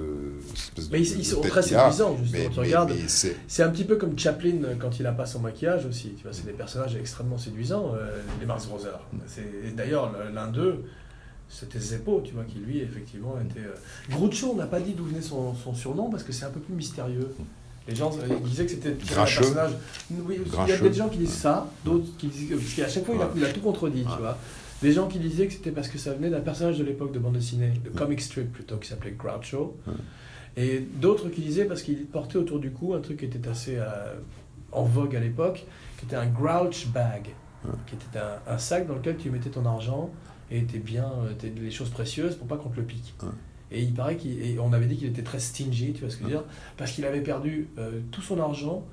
cette espèce
Mais
de-
ils,
de
ils sont
tête
très
qu'il a.
séduisants, justement.
Mais,
tu
mais-
regardes.
mais c'est,
C'est un petit peu comme Chaplin euh, quand il n'a pas son maquillage aussi. Tu vois, c'est des personnages extrêmement séduisants, euh, les Marx Brothers. C'est et d'ailleurs le- l'un d'eux, c'était Zeppo, tu vois, qui lui effectivement était. euh, Groucho, on n'a pas dit d'où venait son, son surnom parce que c'est un peu plus mystérieux. Les gens euh, ils disaient que c'était que c'était un
Grincheux.
personnage. Oui, il y a
Grincheux.
des gens qui disent ça, d'autres qui disent parce qu'à chaque fois il a,
Ouais.
il a tout contredit,
Ouais.
tu vois. Des gens qui disaient que c'était parce que ça venait d'un personnage de l'époque de bande dessinée, de comic strip plutôt, qui s'appelait Groucho. Et d'autres qui disaient parce qu'il portait autour du cou un truc qui était assez euh, en vogue à l'époque, qui était un grouch bag, qui était un, un sac dans lequel tu mettais ton argent et tes biens, euh, tes- les choses précieuses pour pas qu'on te le pique.
Ouais.
Et il paraît qu'on avait dit qu'il était très stingy, tu vois ce que je veux dire, parce qu'il avait perdu euh, tout son argent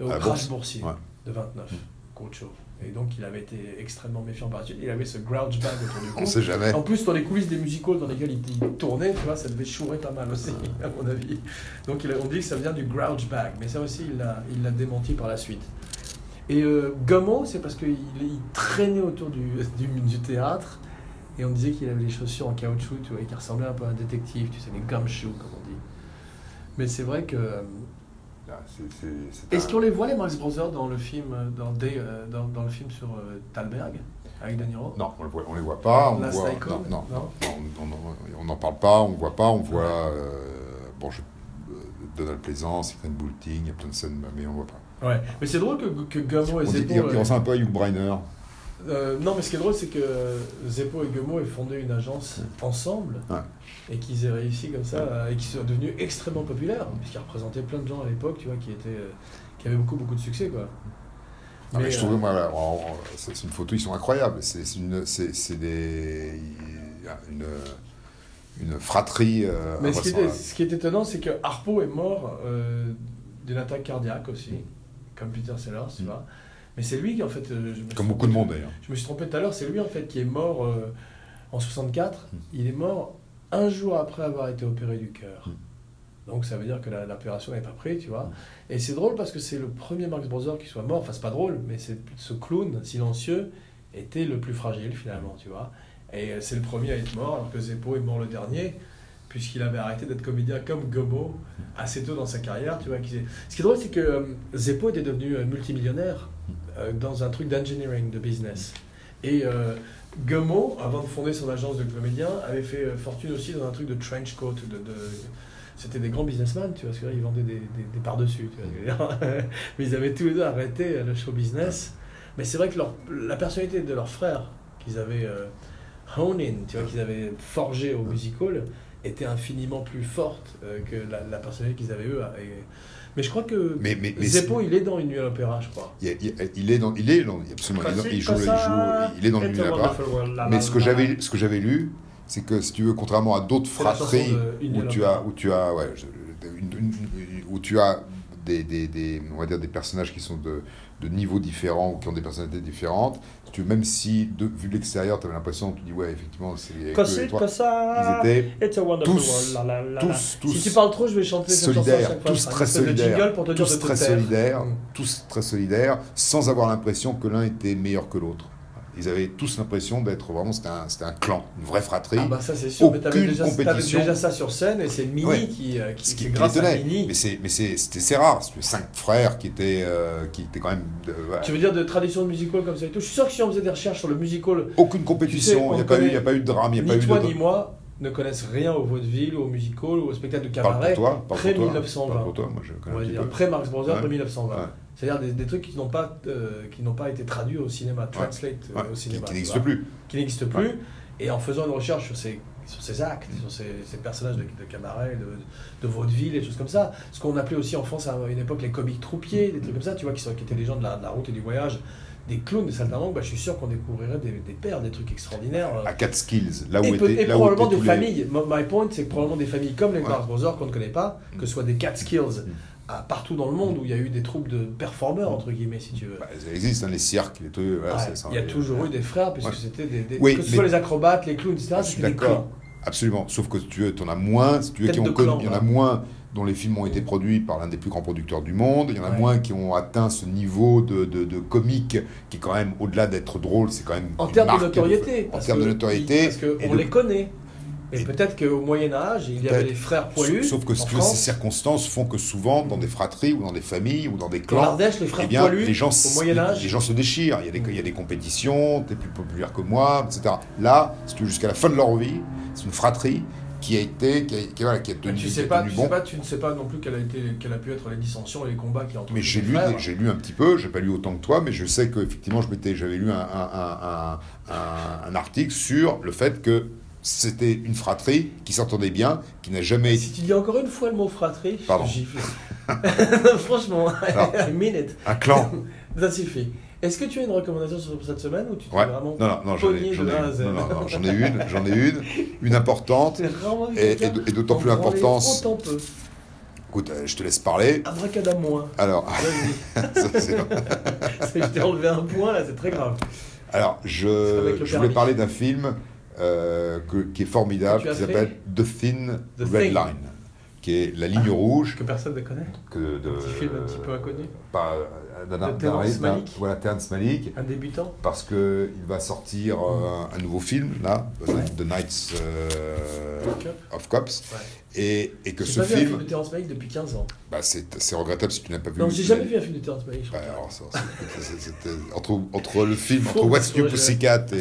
euh, au
À la
crash
bourse.
boursier
Ouais. Mm.
de 29, Groucho. Et donc il avait été extrêmement méfiant par la suite. Il avait ce grouch bag autour du
On
cou.
sait jamais.
En plus, dans les coulisses des musicaux dans lesquels il il tournait, tu vois, ça devait chourer pas mal aussi, à mon avis. Donc il a- on dit que ça vient du grouch bag, mais ça aussi, il l'a il l'a démenti par la suite. Et euh, Gummo, c'est parce qu'il il traînait autour du, du, du théâtre, et on disait qu'il avait les chaussures en caoutchouc, tu vois, et qu'il ressemblait un peu à un détective, tu sais, les gumshoes, comme on dit. Mais c'est vrai que... euh,
Ah, c'est- c'est- c'est
Est-ce
un-
qu'on les voit, les Marx Brothers, dans le film, euh, dans, Day, euh, dans, dans le film sur euh, Thalberg, avec De Niro
Non, on ne les voit pas. On
Last
voit...
Icon
Non, non,
Non.
non, on- on n'en parle pas, on ne voit pas, on voit euh, bon, je, euh, Donald Plaisance, Ethan Boulting, il y a plein de scènes, mais on ne voit pas.
Ouais, mais c'est drôle que, que Gummo et
On dit,
Zeppo...
il, il
euh,
ressemble un peu à Hugh Briner.
Euh, non, mais ce qui est drôle, c'est que euh, Zeppo et Gummo aient fondé une agence ensemble
Ouais.
et qu'ils aient réussi comme ça euh, et qu'ils soient devenus extrêmement populaires, puisqu'ils représentaient plein de gens à l'époque, tu vois, qui, étaient, euh, qui avaient beaucoup, beaucoup de succès, quoi.
Non, Ah, mais, je
euh,
trouve que moi, voilà, on- on- c'est c'est une photo, ils sont incroyables. C'est c'est une, c'est- c'est des, une, une fratrie. euh,
mais ce qui, est,
invraisemblable.
ce qui est étonnant, c'est que Harpo est mort euh, d'une attaque cardiaque aussi, comme Peter Sellers, tu
Mm.
vois. Mais c'est lui qui, en fait... euh, je me
Comme
suis-
beaucoup de monde d'ailleurs.
Je me suis trompé tout à l'heure, c'est lui en fait qui est mort euh, en 64.
Mm.
Il est mort un jour après avoir été opéré du cœur.
Mm.
Donc ça veut dire que la- l'opération n'est pas prise, tu vois.
Mm.
Et c'est drôle parce que c'est le premier Marx Brothers qui soit mort. Enfin, c'est pas drôle, mais c'est ce clown silencieux était le plus fragile finalement, tu vois. Et euh, c'est le premier à être mort, alors que Zeppo est mort le dernier, puisqu'il avait arrêté d'être comédien comme Gobo
Mm.
assez tôt dans sa carrière, tu vois. qu'il est- Ce qui est drôle, c'est que euh, Zeppo était devenu euh, multimillionnaire euh, dans un truc d'engineering, de business. Et euh, Gummo, avant de fonder son agence de comédien, avait fait euh, fortune aussi dans un truc de trench coat. De, de- C'était des grands businessmen, tu vois, parce que là, ils vendaient des, des- des par-dessus. tu vois ce que je veux dire. Mais ils avaient tous les deux arrêté euh, le show business. Mais c'est vrai que leur- la personnalité de leur frère, qu'ils avaient euh, honed in, tu vois, qu'ils avaient forgé au musical, était infiniment plus forte euh, que la, la personnalité qu'ils avaient eux. Et- Mais je crois que
Mais, mais, mais
Zeppo, il est dans une nuit à l'opéra, je crois.
il, y a- il y a- il est dans, il est dans, absolument, il, est dans- il joue, il joue, il est dans le milieu là-bas. Mais ce que j'avais, ce que j'avais lu, c'est que si tu veux, contrairement à d'autres
C'est la chanson
fratries
de Une
où
Nuit à
tu
l'Opéra.
as, où tu as, ouais, je- une- une- où tu as des, des, des- on va dire des personnages qui sont de, de niveaux différents ou qui ont des personnalités différentes, si tu veux, même si de, vu de l'extérieur, tu avais l'impression, tu dis ouais, effectivement, c'est que les trois, ils étaient
It's a wonderful
tous-
world, la, la, la, la.
tous, tous
Ah, Si tu parles trop, je vais chanter cette chanson à
solidaires,
chaque fois.
tous
Enfin,
très
une espèce de jingle
solidaires,
pour te dire de
tous
te
très
taire.
solidaires,
Mm.
tous très solidaires, sans avoir l'impression que l'un était meilleur que l'autre. Ils avaient tous l'impression d'être vraiment, c'était un, c'était un clan, une vraie fratrie.
Ah bah ça c'est sûr, mais t'avais
Aucune
déjà, t'avais
compétition.
déjà ça sur scène et c'est Mini
Ouais.
qui, euh, qui,
ce
c'est
qui qui
grâce à
étonnait.
Mini.
Mais c'est, mais c'est, c'était c'est rare, parce que cinq frères qui étaient, euh, qui étaient quand même, euh, de- voilà.
Tu veux dire de tradition de musical comme ça et tout Je suis sûr que si on faisait des recherches sur le musical
aucune
Tu sais,
compétition.
on
Il n'y a pas eu,
connaît
il y a pas eu de drame, il n'y a
ni
pas
toi
eu de.
ni moi ne connaissent rien au vaudeville, ou au musical, ou au spectacle de
parle pour
cabaret,
toi, parle
près
pour toi,
1920.
parle pour toi, moi je connais
on va
un petit
dire euh,
peu.
pré Marx Brothers,
Ouais.
près 1920.
Ouais.
C'est-à-dire des, des trucs qui n'ont pas, euh, qui n'ont pas été traduits au cinéma, translate euh,
Ouais,
au
qui-
cinéma.
qui
tu
n'existe
vois.
plus.
Qui n'existe plus. Et en faisant une recherche sur ces, sur ces actes, sur ces, ces personnages de, de cabaret, de, de vaudeville, et choses comme ça, ce qu'on appelait aussi en France à une époque les comiques troupiers, des trucs comme ça, tu vois, qui, sont, qui étaient les gens de la, de la route et du voyage, des clowns, des saltimbanques, bah, je suis sûr qu'on découvrirait des, des pères, des trucs extraordinaires. euh,
À Catskills, Ah, là où
et, peut-
étaient,
et
là où
probablement
étaient
des
tous les-
familles. Mo- My point, c'est que probablement des familles comme les
Ouais.
Marx Brothers qu'on ne connaît pas, que ce soit des Catskills,
Mm.
à- partout dans le monde où il y a eu des troupes de performeurs, entre guillemets, si tu veux.
Bah, elles existent, hein, les cirques, les trucs. voilà,
Ouais,
c'est ça, euh,
il y a
les-
toujours eu des frères, puisque c'était des, des-
Oui,
que ce
mais-
soit les acrobates, les clowns, etc.
Je suis
C'était des
d'accord.
clans.
Absolument. Sauf que si tu veux, t'en as moins. Si tu veux,
Tête
qui ont
de
connu-
clan,
il y en a
ouais.
moins dont les films ont été produits par l'un des plus grands producteurs du monde. Il y en a
Ouais.
moins qui ont atteint ce niveau de, de, de comique qui est quand même au-delà d'être drôle, c'est quand même
En
une
termes de
marque.
notoriété.
En
parce
termes de
que-
notoriété.
Parce
et
qu'on
de-
les connaît. Et,
et-
peut-être qu'au Moyen-Âge, il y avait
Peut-être.
les frères
Sauf-
poilus.
Sauf que si
en
tu veux, ces
France.
circonstances font que souvent, dans des fratries ou dans des familles ou dans des
Dans
clans,
l'Ardèche, les
eh
frères
bien,
poilus,
les gens,
au
s- les
Moyen-Âge.
gens se déchirent. Il y, a des,
Mm.
il y a des compétitions, t'es plus populaire que moi, etc. Là, si tu veux, jusqu'à la fin de leur vie, c'est une fratrie qui a été, qui a, qui, voilà, qui a tenu,
Ah, tu,
qui
sais
a
pas,
tenu
tu,
bon.
sais pas, tu ne sais pas non plus quelles a, été- quelles a pu être les dissensions et les combats qui ont
Mais j'ai lu, des- j'ai lu un petit peu, j'ai pas lu autant que toi, mais je sais que effectivement, je m'étais, j'avais lu un, un- un- un- un- un article sur le fait que c'était une fratrie qui s'entendait bien, qui n'a jamais été.
Si tu dis encore une fois le mot fratrie, je
Pardon.
te gifle. Franchement,
Alors.
une minute,
Un clan.
ça suffit. Est-ce que tu as une recommandation sur cette semaine ou tu t'es
Ouais.
vraiment.
Non, non, non, j'en ai,
Pogné
j'en ai
de A à Z.
une. Non, non, non, j'en ai une, j'en ai une, une importante.
T'es rarement
Et,
avec
et
quelqu'un
d- et d'autant
en
plus
branlé
l'importance.
Autant peu.
Écoute, euh, je te laisse parler.
Abracadamoin.
Alors,
Vas-y.
ça, c'est-
je t'ai enlevé un point là, c'est très grave.
Alors,
C'est avec
je,
le
je voulais
permis.
parler d'un film euh, que- qui est formidable,
Que tu
qui
as
s'appelle The Thin
The
Red
Thing.
Line, qui est la ligne rouge.
Que personne ne connaît.
Que de,
Petit film un petit peu inconnu.
Par, d'un- d'un-
Terrence
d'un-
Malick.
Voilà, Terrence Malick,
Un débutant.
parce qu'il va sortir euh, un nouveau film, là,
Mm. Ouais.
The Knights euh,
Fuck up.
of Cops,
Ouais.
et, et que
J'ai
ce
pas vu un film de
film,
Terrence Malick depuis 15 ans.
bah, c'est c'est regrettable si tu n'as pas vu.
Non, j'ai jamais vu un film de Terrence Malick. je
Bah,
crois.
alors, ça, c'est- c'est- c'était- entre, entre le film,
Faut
entre What's New
que je-
Pussycat et,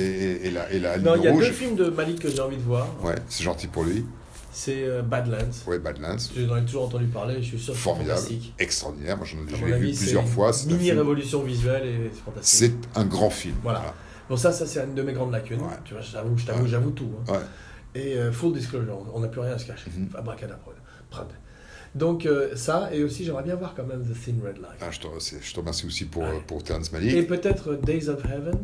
et la, et la
non, il y
ligne
a
rouge,
deux films de Malick que j'ai envie de voir.
Ouais, c'est gentil pour lui.
C'est euh, Badlands.
Ouais, Badlands,
J'en ai toujours entendu parler, je suis sûr que c'est
formidable,
fantastique.
extraordinaire. Moi, j'en ai
À
je
mon
l'ai vu
avis, c'est
plusieurs
une
fois. C'est un,
Mini
film-
révolution visuelle et c'est fantastique.
c'est un grand film.
Voilà. Bon, ça, ça c'est une de mes grandes lacunes.
Ouais.
Tu vois, j'avoue, je t'avoue,
Ouais.
j'avoue tout. hein.
Ouais.
Et euh, full disclosure, on n'a plus rien à se cacher.
Mhm.
Abracadabrol. Prad. Donc, euh, ça, et aussi, j'aimerais bien voir quand même The Thin Red Line.
Ah, je, te, c'est- je te remercie aussi pour,
Ouais.
euh, pour Terrence
Et
Malick.
peut-être euh, Days of Heaven.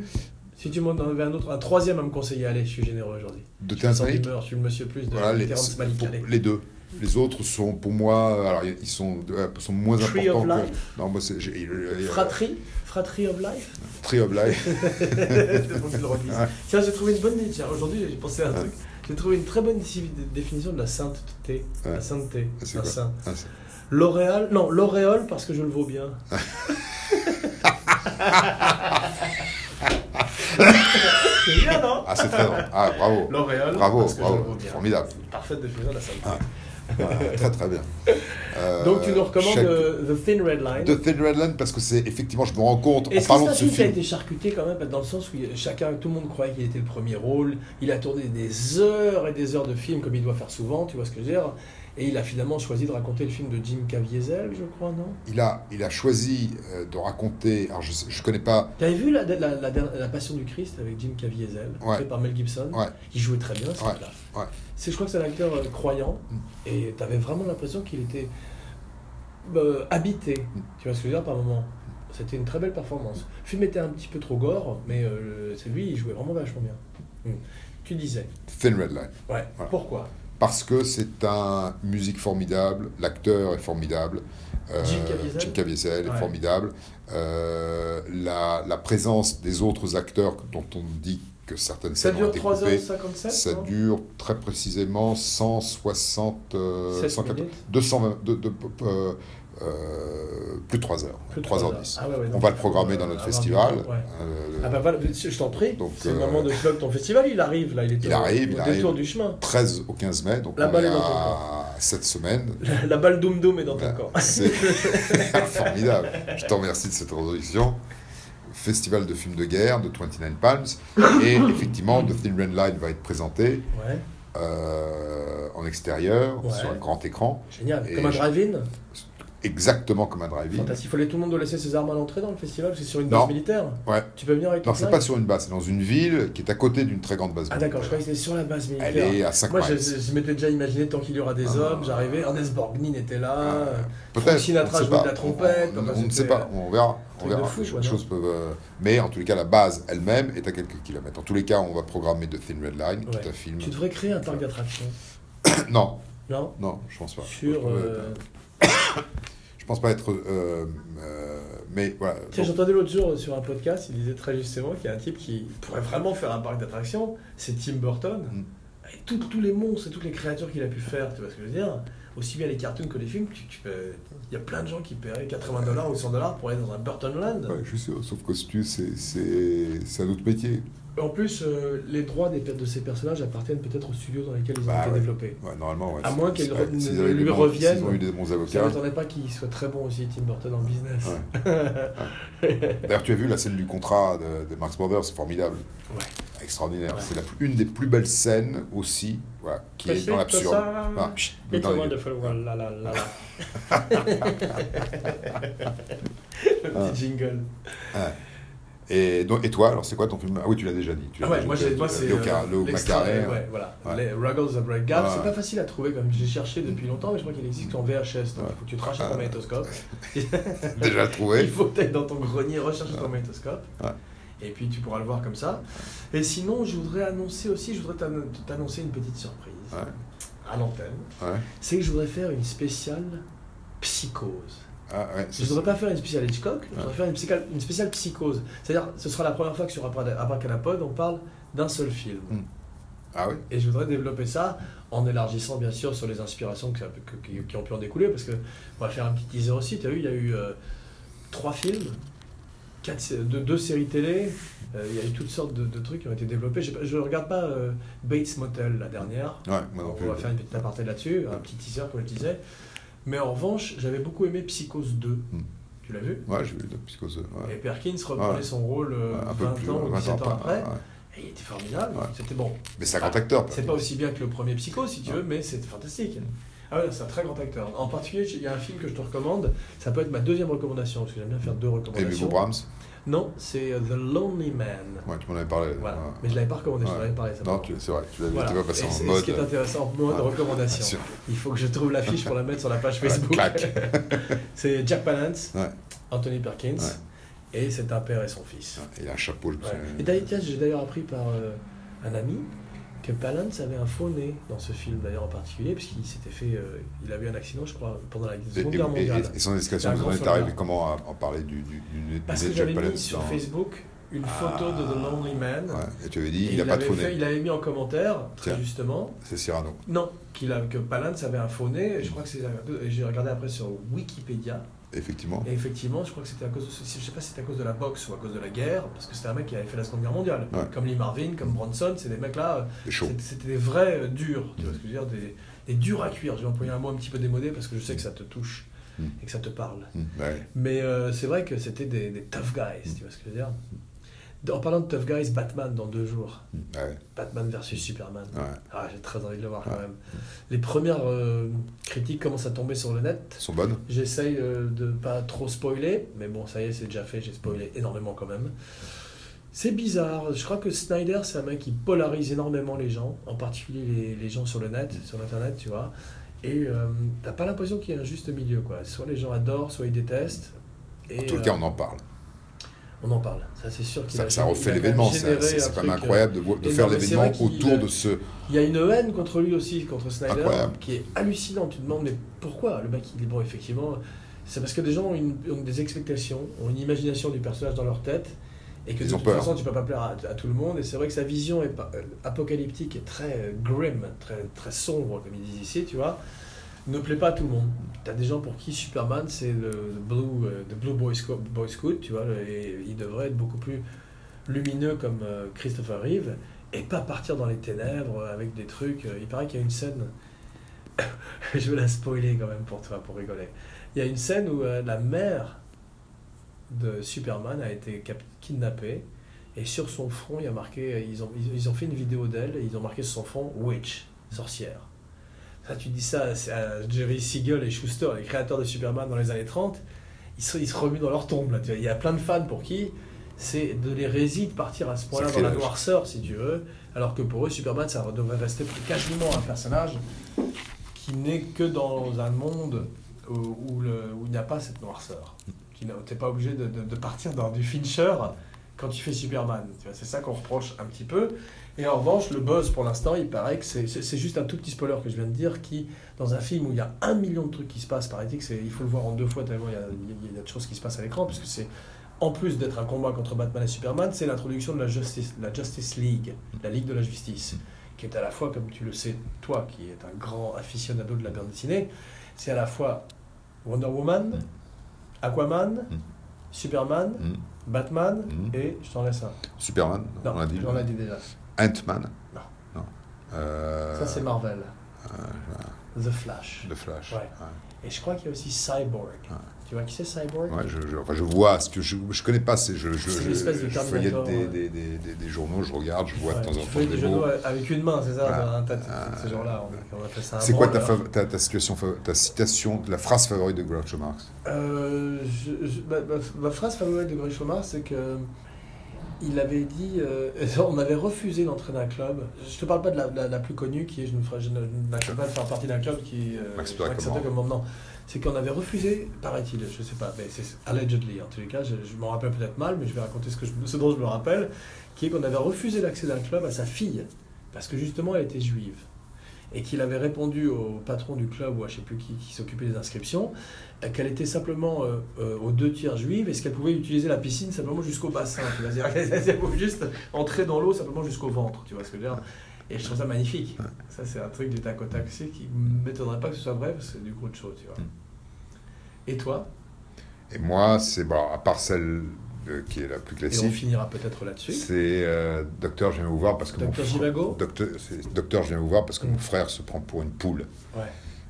Si tu m'en avais un autre, un troisième à me conseiller, allez, je suis généreux aujourd'hui.
De
Je me
Terrence
sens
Malick,
d'humeur, je suis le monsieur plus de
voilà, les,
euh, Terrence Malick.
pour-
allez.
les deux. Les autres sont pour moi, alors ils sont, euh, sont moins
Tree of
importants que.
Life,
Non, moi c'est. j'ai- euh, euh,
Fratrie, Fratrie of Life.
Tree of Life.
C'est bon, tu le redis. Tiens, j'ai trouvé une bonne. tiens, Aujourd'hui, j'ai pensé à un
Ouais.
truc. J'ai trouvé une très bonne dé- définition de la sainteté.
Ouais.
La sainteté.
C'est
La
quoi
sainte.
Ah, c'est-
L'auréole. Non, l'auréole parce que je le vaux bien. C'est bien, non
ah, c'est très drôle. Ah, bravo.
L'auréole.
Bravo,
parce que je le vaux
bravo.
bien.
Formidable.
Parfaite définition de la sainteté.
Ouais, très, très bien. Euh,
Donc, tu nous recommandes
chaque-
euh, The Thin Red Line.
The Thin Red Line parce que c'est effectivement, je me rends compte en
Est-ce que
parlant de
ça
ce
film a
film.
été charcuté quand même dans le sens où il- chacun, tout le monde croyait qu'il était le premier rôle. Il a tourné des heures et des heures de film comme il doit faire souvent, tu vois ce que je veux dire. Et il a finalement choisi de raconter le film de Jim Caviezel, je crois, non
Il a, il a choisi euh, de raconter. Alors, je ne connais pas.
T'avais vu la, la, la, dernière- La Passion du Christ avec Jim Caviezel,
Ouais.
fait par Mel Gibson
Ouais.
Il jouait très bien, ce
Ouais,
là
ouais. Mm.
Je crois que c'est un acteur euh, croyant et t'avais vraiment l'impression qu'il était euh, habité,
Mm.
tu vois ce que je veux dire, par moment. C'était une très belle performance. Le film était un petit peu trop gore, mais euh, c'est lui, il jouait vraiment vachement bien. Mm. Tu disais,
Thin Red Line.
ouais,
Voilà.
pourquoi
Parce que c'est un musique formidable, l'acteur est formidable, euh,
Jim Caviezel
Jim Caviezel est
Ouais.
formidable, euh, la, la présence des autres acteurs dont on dit que certaines
Ça
scènes ont
dure
été coupées,
3h57
ça dure très précisément 160, euh, 180,
180,
220, de- de- euh, euh, plus de 3 heures, 3 heures 10.
Ah ouais, ouais,
On
donc,
va le
faut,
programmer
euh,
dans notre
avoir du
festival.
temps, ouais.
euh,
Ah bah voilà, je t'en prie,
Donc,
c'est le
euh,
moment de plug ton festival, il arrive là, il est
il
au-
arrive,
au
il
détour
arrive.
du chemin.
13 au 15 mai, donc
La
on
balle
est
est dans ton
à cette semaine.
La, la balle doum doum est dans ton
Bah,
corps.
C'est formidable. Je te remercie de cette résolution. Festival de films de guerre de 29 Palms. Et effectivement, The Thin Red Line va être présenté
Ouais,
euh, en extérieur,
Ouais.
sur un grand écran,
génial.
Et
Comme un
je-
drive-in
exactement comme un drive-in.
Fantastique. Il fallait tout le monde doit laisser ses armes à l'entrée dans le festival, parce que c'est sur une
Non.
base militaire.
Ouais.
Tu peux venir avec
Non,
ton
c'est pas
flingue
sur une base, c'est dans une ville qui est à côté d'une très grande base.
Ah d'accord, je croyais que c'était sur la base militaire.
Elle est à 5
Moi, je,
miles.
je- je m'étais déjà imaginé tant qu'il y aura des
Ah.
hommes, j'arrivais, Ernest Borgnine était là.
Ah.
Frank
Peut-être.
Sinatra
on ne sait
jouait de
pas.
la trompette,
On- on-
enfin,
on ne sait
c'était
pas. On verra. On
truc de
verra.
fou,
Les
quoi,
choses peuvent, euh, Mais en tous les cas, la base elle-même est à quelques kilomètres. En tous les cas, on va programmer The Thin Red Line,
Ouais.
tout un film.
Tu devrais créer un parc d'attractions,
Non,
non
non, je pense pas. Bah, je,
Sur...
pense pas
euh,
être- je pense pas être. euh, euh, mais voilà.
Tiens, j'entendais l'autre jour sur un podcast, il disait très justement qu'il y a un type qui pourrait vraiment faire un parc d'attractions, c'est Tim Burton.
Mm.
Et tout- tous les monstres et toutes les créatures qu'il a pu faire, tu vois ce que je veux dire Aussi bien les cartoons que les films, tu, tu peux- il y a plein de gens qui paieraient 80 dollars ou 100 dollars pour aller dans un Burtonland.
Ouais, je suis sûr, sauf que si tu- c'est- c'est c'est un autre métier.
Et En plus, euh, les droits des, de ces personnages appartiennent peut-être aux studios dans lesquels ils ont
Bah
été
ouais.
développés.
Ouais, normalement, ouais.
À
c'est-
moins
c'est
qu'elle
vrai.
re-
S'ils
ne
avaient
lui
des bons-
revienne.
S'ils ont eu des bons
Ça ne
avocats.
m'étonnerait pas qu'il soit très bon aussi, Tim Burton, en business.
Ouais. D'ailleurs, tu as vu la scène du contrat de, de Marx Brothers, c'est formidable.
Ouais.
extraordinaire.
Ouais.
C'est la plus- une des plus belles scènes aussi, voilà, qui est
Possible,
dans l'absurde.
ça.
Voilà, pchit,
It's
dans
a
les-
wonderful world, la la la la.
Le
Ah.
petit jingle.
Et, donc, et toi, alors c'est quoi ton film Ah oui, tu l'as déjà dit. Tu l'as
Ah ouais,
déjà
moi,
dit,
j'ai-
euh,
moi c'est
Léo Car-
euh,
Léo
l'extra-
Macaré, hein.
ouais, voilà.
Ouais.
Les Ruggles of Break Gap,
Ouais.
c'est pas facile à trouver comme j'ai cherché depuis longtemps, mais je crois qu'il existe en VHS. Donc
Ouais.
il faut que tu te rachètes ton
Ouais.
magnétoscope.
déjà
Il
trouvé.
faut que tu dans ton grenier rechercher ton magnétoscope.
Ouais.
Et puis tu pourras le voir comme ça. Et sinon, je voudrais annoncer aussi, je voudrais t'annon- t'annoncer une petite surprise
Ouais.
à l'antenne.
Ouais.
C'est que je voudrais faire une spéciale psychose.
Ah, ouais,
Je ne
c'est-
voudrais pas faire une spéciale Hitchcock, je voudrais
Ouais.
faire une spéciale, une spéciale psychose. C'est-à-dire, ce sera la première fois que sur Abra- Abracadapod, on parle d'un seul film.
Mm. ah oui,
Et je voudrais développer ça en élargissant, bien sûr, sur les inspirations que ça peut- que- qui, qui ont pu en découler. Parce que, on va faire un petit teaser aussi. Tu as vu, il y a eu euh, trois films, quatre, sé- deux, deux séries télé. euh, Il y a eu toutes sortes de, de trucs qui ont été développés. J'ai pas- Je ne regarde pas euh, Bates Motel, la dernière.
ouais, moi non
On
plus.
va faire une petite aparté là-dessus, un petit teaser, comme je disais. Mais en revanche, j'avais beaucoup aimé Psychose 2. Tu l'as vu
Ouais, j'ai vu le psychose. Hmm. ouais.
et Perkins reprenait
Ouais.
son rôle euh,
Ouais,
20 ans ou
20
17 ans après.
ouais.
Et il était formidable,
Ouais.
c'était bon.
Mais c'est un grand acteur.
C'est pas aussi bien que le premier Psycho, si tu veux, mais c'était fantastique. Ah ouais, c'est un très grand acteur. En particulier, il y a un film que je te recommande, ça peut être ma deuxième recommandation, parce que j'aime bien faire deux
Et Bibo
recommandations.
Brahms,
Non, c'est euh, The Lonely Man.
ouais, tu m'en avais parlé.
Voilà.
ouais.
Mais je l'avais pas recommandé, je
Ouais.
t'en avais parlé. ça
Non,
par
tu- c'est vrai, tu l'avais
contre.
tu
Voilà.
l'as passé
Et
en
c'est-
mode.
ce qui est intéressant, moi, de
Ouais.
recommandation.
Sûr.
Il faut que je trouve l'affiche pour la mettre sur la page
Ouais,
Facebook.
clac.
c'est Jack Palance,
Ouais.
Anthony Perkins, et c'est un père et son fils.
Et Il a un chapeau, je me
Ouais.
souviens.
Et d'ailleurs, tiens, j'ai d'ailleurs appris par euh, un ami que Palance avait un faux nez dans ce film d'ailleurs en particulier, parce qu'il s'était fait, euh, il a eu un accident, je crois, pendant la
Et,
Seconde Guerre
et,
mondiale.
et- et
C'est
son
un
explication, vous en
grand
êtes arrivé
soldat.
comment à en parler du, du, du,
parce
du
que
Jack
j'avais mis
Palance
sur
dans-
Facebook une photo de The
Ah.
Lonely Man.
Ouais, Et tu avais
Et
dit, il
il,
n'a pas de
avait
faux
fait-
nez.
il avait mis en commentaire, très
Tiens.
justement,
C'est Cyrano.
non, qu'il a, que Palance avait un faux nez, et je crois que c'est, et j'ai regardé après sur Wikipédia,
Effectivement.
et effectivement, je crois que c'était à cause de, ce- je sais pas si c'était à cause de la boxe ou à cause de la guerre, parce que c'était un mec qui avait fait la Seconde Guerre mondiale,
Ouais.
comme Lee Marvin, comme Bronson, c'est des euh, mecs là,
C'est chaud.
C'était- C'était des vrais euh, durs, tu vois ce que je veux dire, des, des durs à cuire. Je vais employer un mot un petit peu démodé parce que je sais que ça te touche
Mm.
et que ça te parle.
Mm, ouais.
Mais euh, c'est vrai que c'était des, des tough guys, tu vois ce que je veux dire. En parlant de tough guys, Batman dans deux jours.
Mm, ouais,
Batman versus Superman.
ouais.
Ah, j'ai très envie de le voir quand
Ouais.
même. Les premières euh, critiques commencent à tomber sur le net.
Elles sont bonnes.
J'essaye euh, de pas trop spoiler, mais bon, ça y est, c'est déjà fait, j'ai spoilé énormément quand même. C'est bizarre, je crois que Snyder, c'est un mec qui polarise énormément les gens, en particulier les, les gens sur le net,
Mm.
sur l'internet, tu vois. Et euh, t'as pas l'impression qu'il y a un juste milieu, quoi. Soit les gens adorent, soit ils détestent. Et,
En tout
euh,
cas, on en parle.
on en parle. Ça, c'est sûr qu'il
Ça,
a-
ça
il a
refait
quand même
l'événement.
généré
ça- C'est
un
c'est quand même
truc, euh,
incroyable de, vo- de
et
faire
non, mais c'est
l'événement
vrai qu'il-
autour de ce.
Il y a une haine contre lui aussi, contre Snyder,
Incroyable.
qui est hallucinante. Tu te demandes, mais pourquoi le mec, il est bon, effectivement C'est parce que des gens ont, une- ont des expectations, ont une imagination du personnage dans leur tête, et que
Ils
de
ont
toute
peur.
façon, tu peux pas plaire à, à tout le monde. Et c'est vrai que sa vision est pas- euh, apocalyptique et très euh, grim, très, très sombre, comme ils disent ici, tu vois, ne plaît pas à tout le monde. T'as des gens pour qui Superman, c'est le, le Blue, euh, the blue boy, Scout, Boy Scout, tu vois, le- et il devrait être beaucoup plus lumineux comme euh, Christopher Reeve et pas partir dans les ténèbres euh, avec des trucs. euh, Il paraît qu'il y a une scène. Je vais la spoiler quand même pour toi, pour rigoler. Il y a une scène où euh, la mère de Superman a été cap- kidnappée et sur son front, il y a marqué. Ils ont, ils, ils ont fait une vidéo d'elle et ils ont marqué sur son front Witch, sorcière. Ça, tu dis ça c'est à Jerry Siegel et Schuster, les créateurs de Superman dans les années 30. Ils se, ils se remuent dans leur tombe. Là. tu vois. Il y a plein de fans pour qui c'est de l'hérésie de partir à ce point-là dans la
Sacrilège.
noirceur, si tu veux. Alors que pour eux, Superman, ça devrait rester plus quasiment un personnage qui n'est que dans un monde où, où le- où il n'y a pas cette noirceur. Tu n'es pas obligé de, de- de partir dans du Fincher quand tu fais Superman. Tu vois, C'est ça qu'on reproche un petit peu. Et en revanche, le buzz pour l'instant, il paraît que c'est- c'est c'est juste un tout petit spoiler que je viens de dire qui, dans un film où il y a un million de trucs qui se passent, paraît-il que c'est- il faut le voir en deux fois tellement il y a, il y a- il y a de choses qui se passent à l'écran, parce que c'est en plus d'être un combat contre Batman et Superman, c'est l'introduction de la Justice, la Justice League, la Ligue de la Justice, qui est à la fois, comme tu le sais, toi qui es un grand aficionado de la bande dessinée, c'est à la fois Wonder Woman, Aquaman,
Mm.
Superman,
Mm.
Batman,
Mm.
et je t'en laisse un.
Superman,
Non,
on l'a dit.
on l'a dit déjà.
Ant-Man.
Non.
Non. Euh,
Ça, c'est Marvel. The Flash.
de Flash.
Ouais. Et je crois qu'il y a aussi Cyborg.
Ouais.
Tu vois qui c'est Cyborg
Ouais, je, je- enfin, je vois, ce que je ne connais pas, c'est je, je,
C'est
je,
une espèce de
je feuillette
Terminator,
des,
ouais.
des, des, des- des journaux, je regarde, je vois
Ouais,
de temps en
tu
temps
fais
des
des
mots.
genoux avec une main, c'est ça
Voilà. Euh,
dans un tas de- de ce genre-là. on- on appelle ça un
C'est quoi ta,
branle, hein.
fav- ta, ta situation, fav- ta citation, la phrase favorite de Groucho Marx
Euh, je- je- ma, ma- ma phrase favorite de Grégory Chomard, c'est que il avait dit, euh, on avait refusé d'entraîner un club. Je te parle pas de la, la- la plus connue qui est, je ne ferai, je ne- je n'accepte pas de faire partie d'un club qui euh,
M'accepterait
serait accepté
comme
comme membre. Non, c'est qu'on avait refusé, paraît-il, je sais pas, mais c'est allegedly en tous les cas. Je, je m'en rappelle peut-être mal, mais je vais raconter ce, que je- ce dont je me rappelle, qui est qu'on avait refusé l'accès d'un club à sa fille parce que justement elle était juive et qu'il avait répondu au patron du club ou à je sais plus qui, qui s'occupait des inscriptions euh, qu'elle était simplement euh, euh, aux deux tiers juive et ce qu'elle pouvait utiliser la piscine simplement jusqu'au bassin. Tu vois, c'est-à-dire qu'elle pouvait juste entrer dans l'eau simplement jusqu'au ventre. Tu vois ce que je veux dire Et je trouve ça magnifique. Ça, c'est un truc du tac au tac. C'est qui m'étonnerait pas que ce soit vrai parce que c'est du gros de chaud, tu vois.
Mm.
Et toi
Et moi, c'est, bon, à part celle euh, qui est la plus
Et on
classique,
finira peut-être là-dessus.
c'est euh, Docteur, je viens vous voir parce que
Docteur
mon fr-
Givago
Docteur, c'est Docteur, je viens vous voir parce que
Mm.
mon frère se prend pour une poule.
Ouais.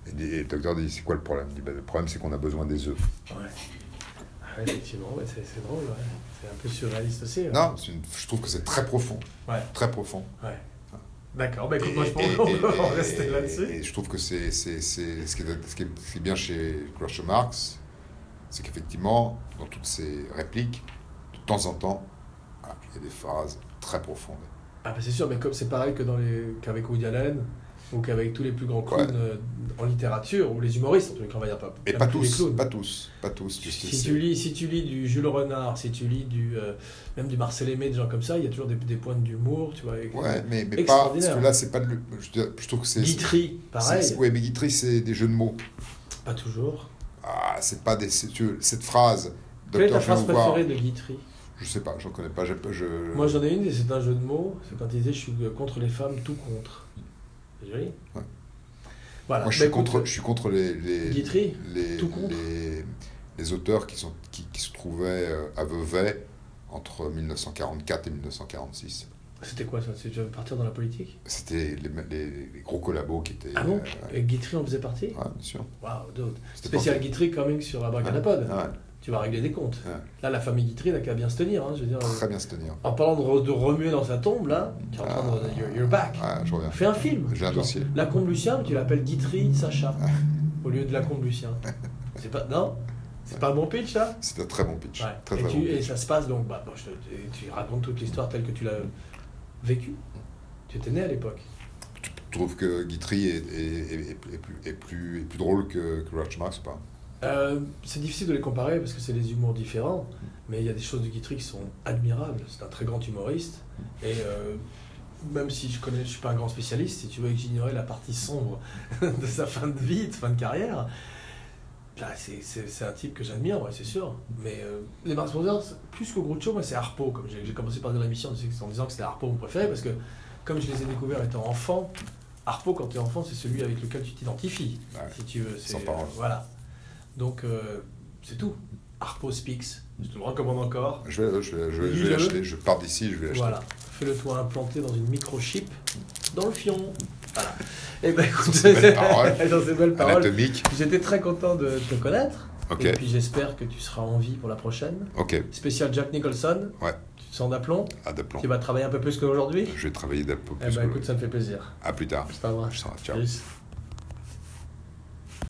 Et, dit- et le docteur dit, c'est quoi le problème Il dit, Bah, le problème, c'est qu'on a besoin des œufs.
Ouais. Ah ouais, effectivement, ouais, c'est c'est drôle. ouais. C'est un peu surréaliste aussi. hein. ouais.
Non, c'est une- je trouve que c'est très profond,
Ouais.
très profond.
D'accord, bah écoute, moi je pense
Et-
qu'on
et-
peut en
et-
rester
et-
là-dessus.
Et je trouve que c'est c'est- c'est- ce, qui est- ce qui est ce qui est bien chez Groucho Marx, c'est qu'effectivement, dans toutes ses répliques, de temps en temps, voilà, il y a des phrases très profondes.
Ah bah c'est sûr, mais comme c'est pareil que dans les qu'avec Woody Allen ou qu'avec tous les plus grands clowns
Ouais.
euh, en littérature ou les humoristes, en tous les cas, on va dire pas.
Et
même
pas
tous les
tous,
clowns.
pas tous, pas tous. parce que
Si
c'est-
tu, lis, si tu lis du Jules Renard, si tu lis du, euh, même du Marcel Aimé, des gens comme ça, il y a toujours des, des pointes d'humour, tu vois. Avec,
Ouais, mais, mais pas, parce
Extraordinaire.
que là, c'est pas de... l'hu- Je, veux dire, je trouve que c'est...
Guitry, pareil,
Oui, mais Guitry, c'est des jeux de mots.
pas toujours.
Ah, c'est pas des... c'est- tu- cette phrase,
Quelle est ta
docteur, je viens
phrase
vous voir,
préférée de Guitry
je sais pas, j'en connais pas, j'ai pas- je...
Moi j'en ai une, et c'est un jeu de mots, c'est quand il disait je suis euh, contre les femmes, tout contre. C'est joli
Ouais.
Voilà,
Moi, je,
bah,
suis
écoute,
contre, je suis contre les, les,
Guitry,
les,
tout contre.
les, les auteurs qui, sont, qui, qui se trouvaient euh, à Vevey entre 1944 et 1946.
euh, C'était quoi ça C'est- Tu veux partir dans la politique
C'était les, les, les gros collabos qui étaient.
Ah bon
euh, ouais,
Et Guitry en faisait partie
ouais, bien sûr.
Waouh, d'autres.
C'était
Spécial
pas-
Guitry coming sur Abracadapod.
Ah
Tu vas régler des comptes.
Ouais.
Là, la famille Guitry n'a qu'à bien se tenir. hein, je veux dire,
ouais, très bien se tenir.
en parlant de, re- de remuer dans sa tombe, là, tu es en train de. You're, you're back.
Ah. Ouais, je reviens.
Fais un film.
J'ai un
Genre,
dossier.
La Combe Lucien, mais tu l'appelles Guitry Sacha. au lieu de la Combe Lucien. C'est pas. Non C'est pas un bon pitch, ça
C'était un très bon pitch.
Ouais.
Très,
et,
très
tu-
bon
et
pitch.
ça se passe donc. Bah, bon, je te- et tu racontes toute l'histoire telle que tu l'as vécue. Tu étais né à l'époque.
Tu trouves que Guitry est, est, est, est- est plus, est, plus, est plus drôle que, que Groucho Marx ou pas
Euh, c'est difficile de les comparer parce que c'est des humours différents, mais il y a des choses de Guitry qui sont admirables. C'est un très grand humoriste et euh, même si je connais, je suis pas un grand spécialiste, si tu veux, et que j'ignorais la partie sombre de sa fin de vie, de fin de carrière, bah, c'est- c'est c'est un type que j'admire, ouais, c'est sûr. Mais euh, les Mars Brothers, plus que Groucho, moi c'est Harpo. Comme j'ai j'ai commencé par dire l'émission en disant que c'était Harpo mon préféré parce que comme je les ai découverts étant enfant, Harpo quand tu es enfant, c'est celui avec lequel tu t'identifies,
Ouais.
si tu veux. c'est-
Sans parole.
voilà. Donc, euh, c'est tout. Harpo Speaks, je te le recommande encore.
Je vais, je vais, je vais, je
Lis-le.
vais l'acheter. Je pars d'ici, je vais l'acheter.
Voilà. Fais-le toi implanter dans une microchip dans le fion. Voilà. Et ben écoute, dans ces
belles paroles.
dans ces belles paroles,
Anatomique.
j'étais très content de te connaître.
Ok.
Et puis j'espère que tu seras en vie pour la prochaine.
Ok.
Spécial Jack Nicholson.
Ouais.
Tu te sens d'aplomb
À d'aplomb.
Tu vas travailler un peu plus qu'aujourd'hui
Je vais travailler d'aplomb.
Eh
plus
ben
que-
écoute, ça me fait plaisir.
À plus tard.
Je t'embrasse.
Je t'en- ciao.
Peace.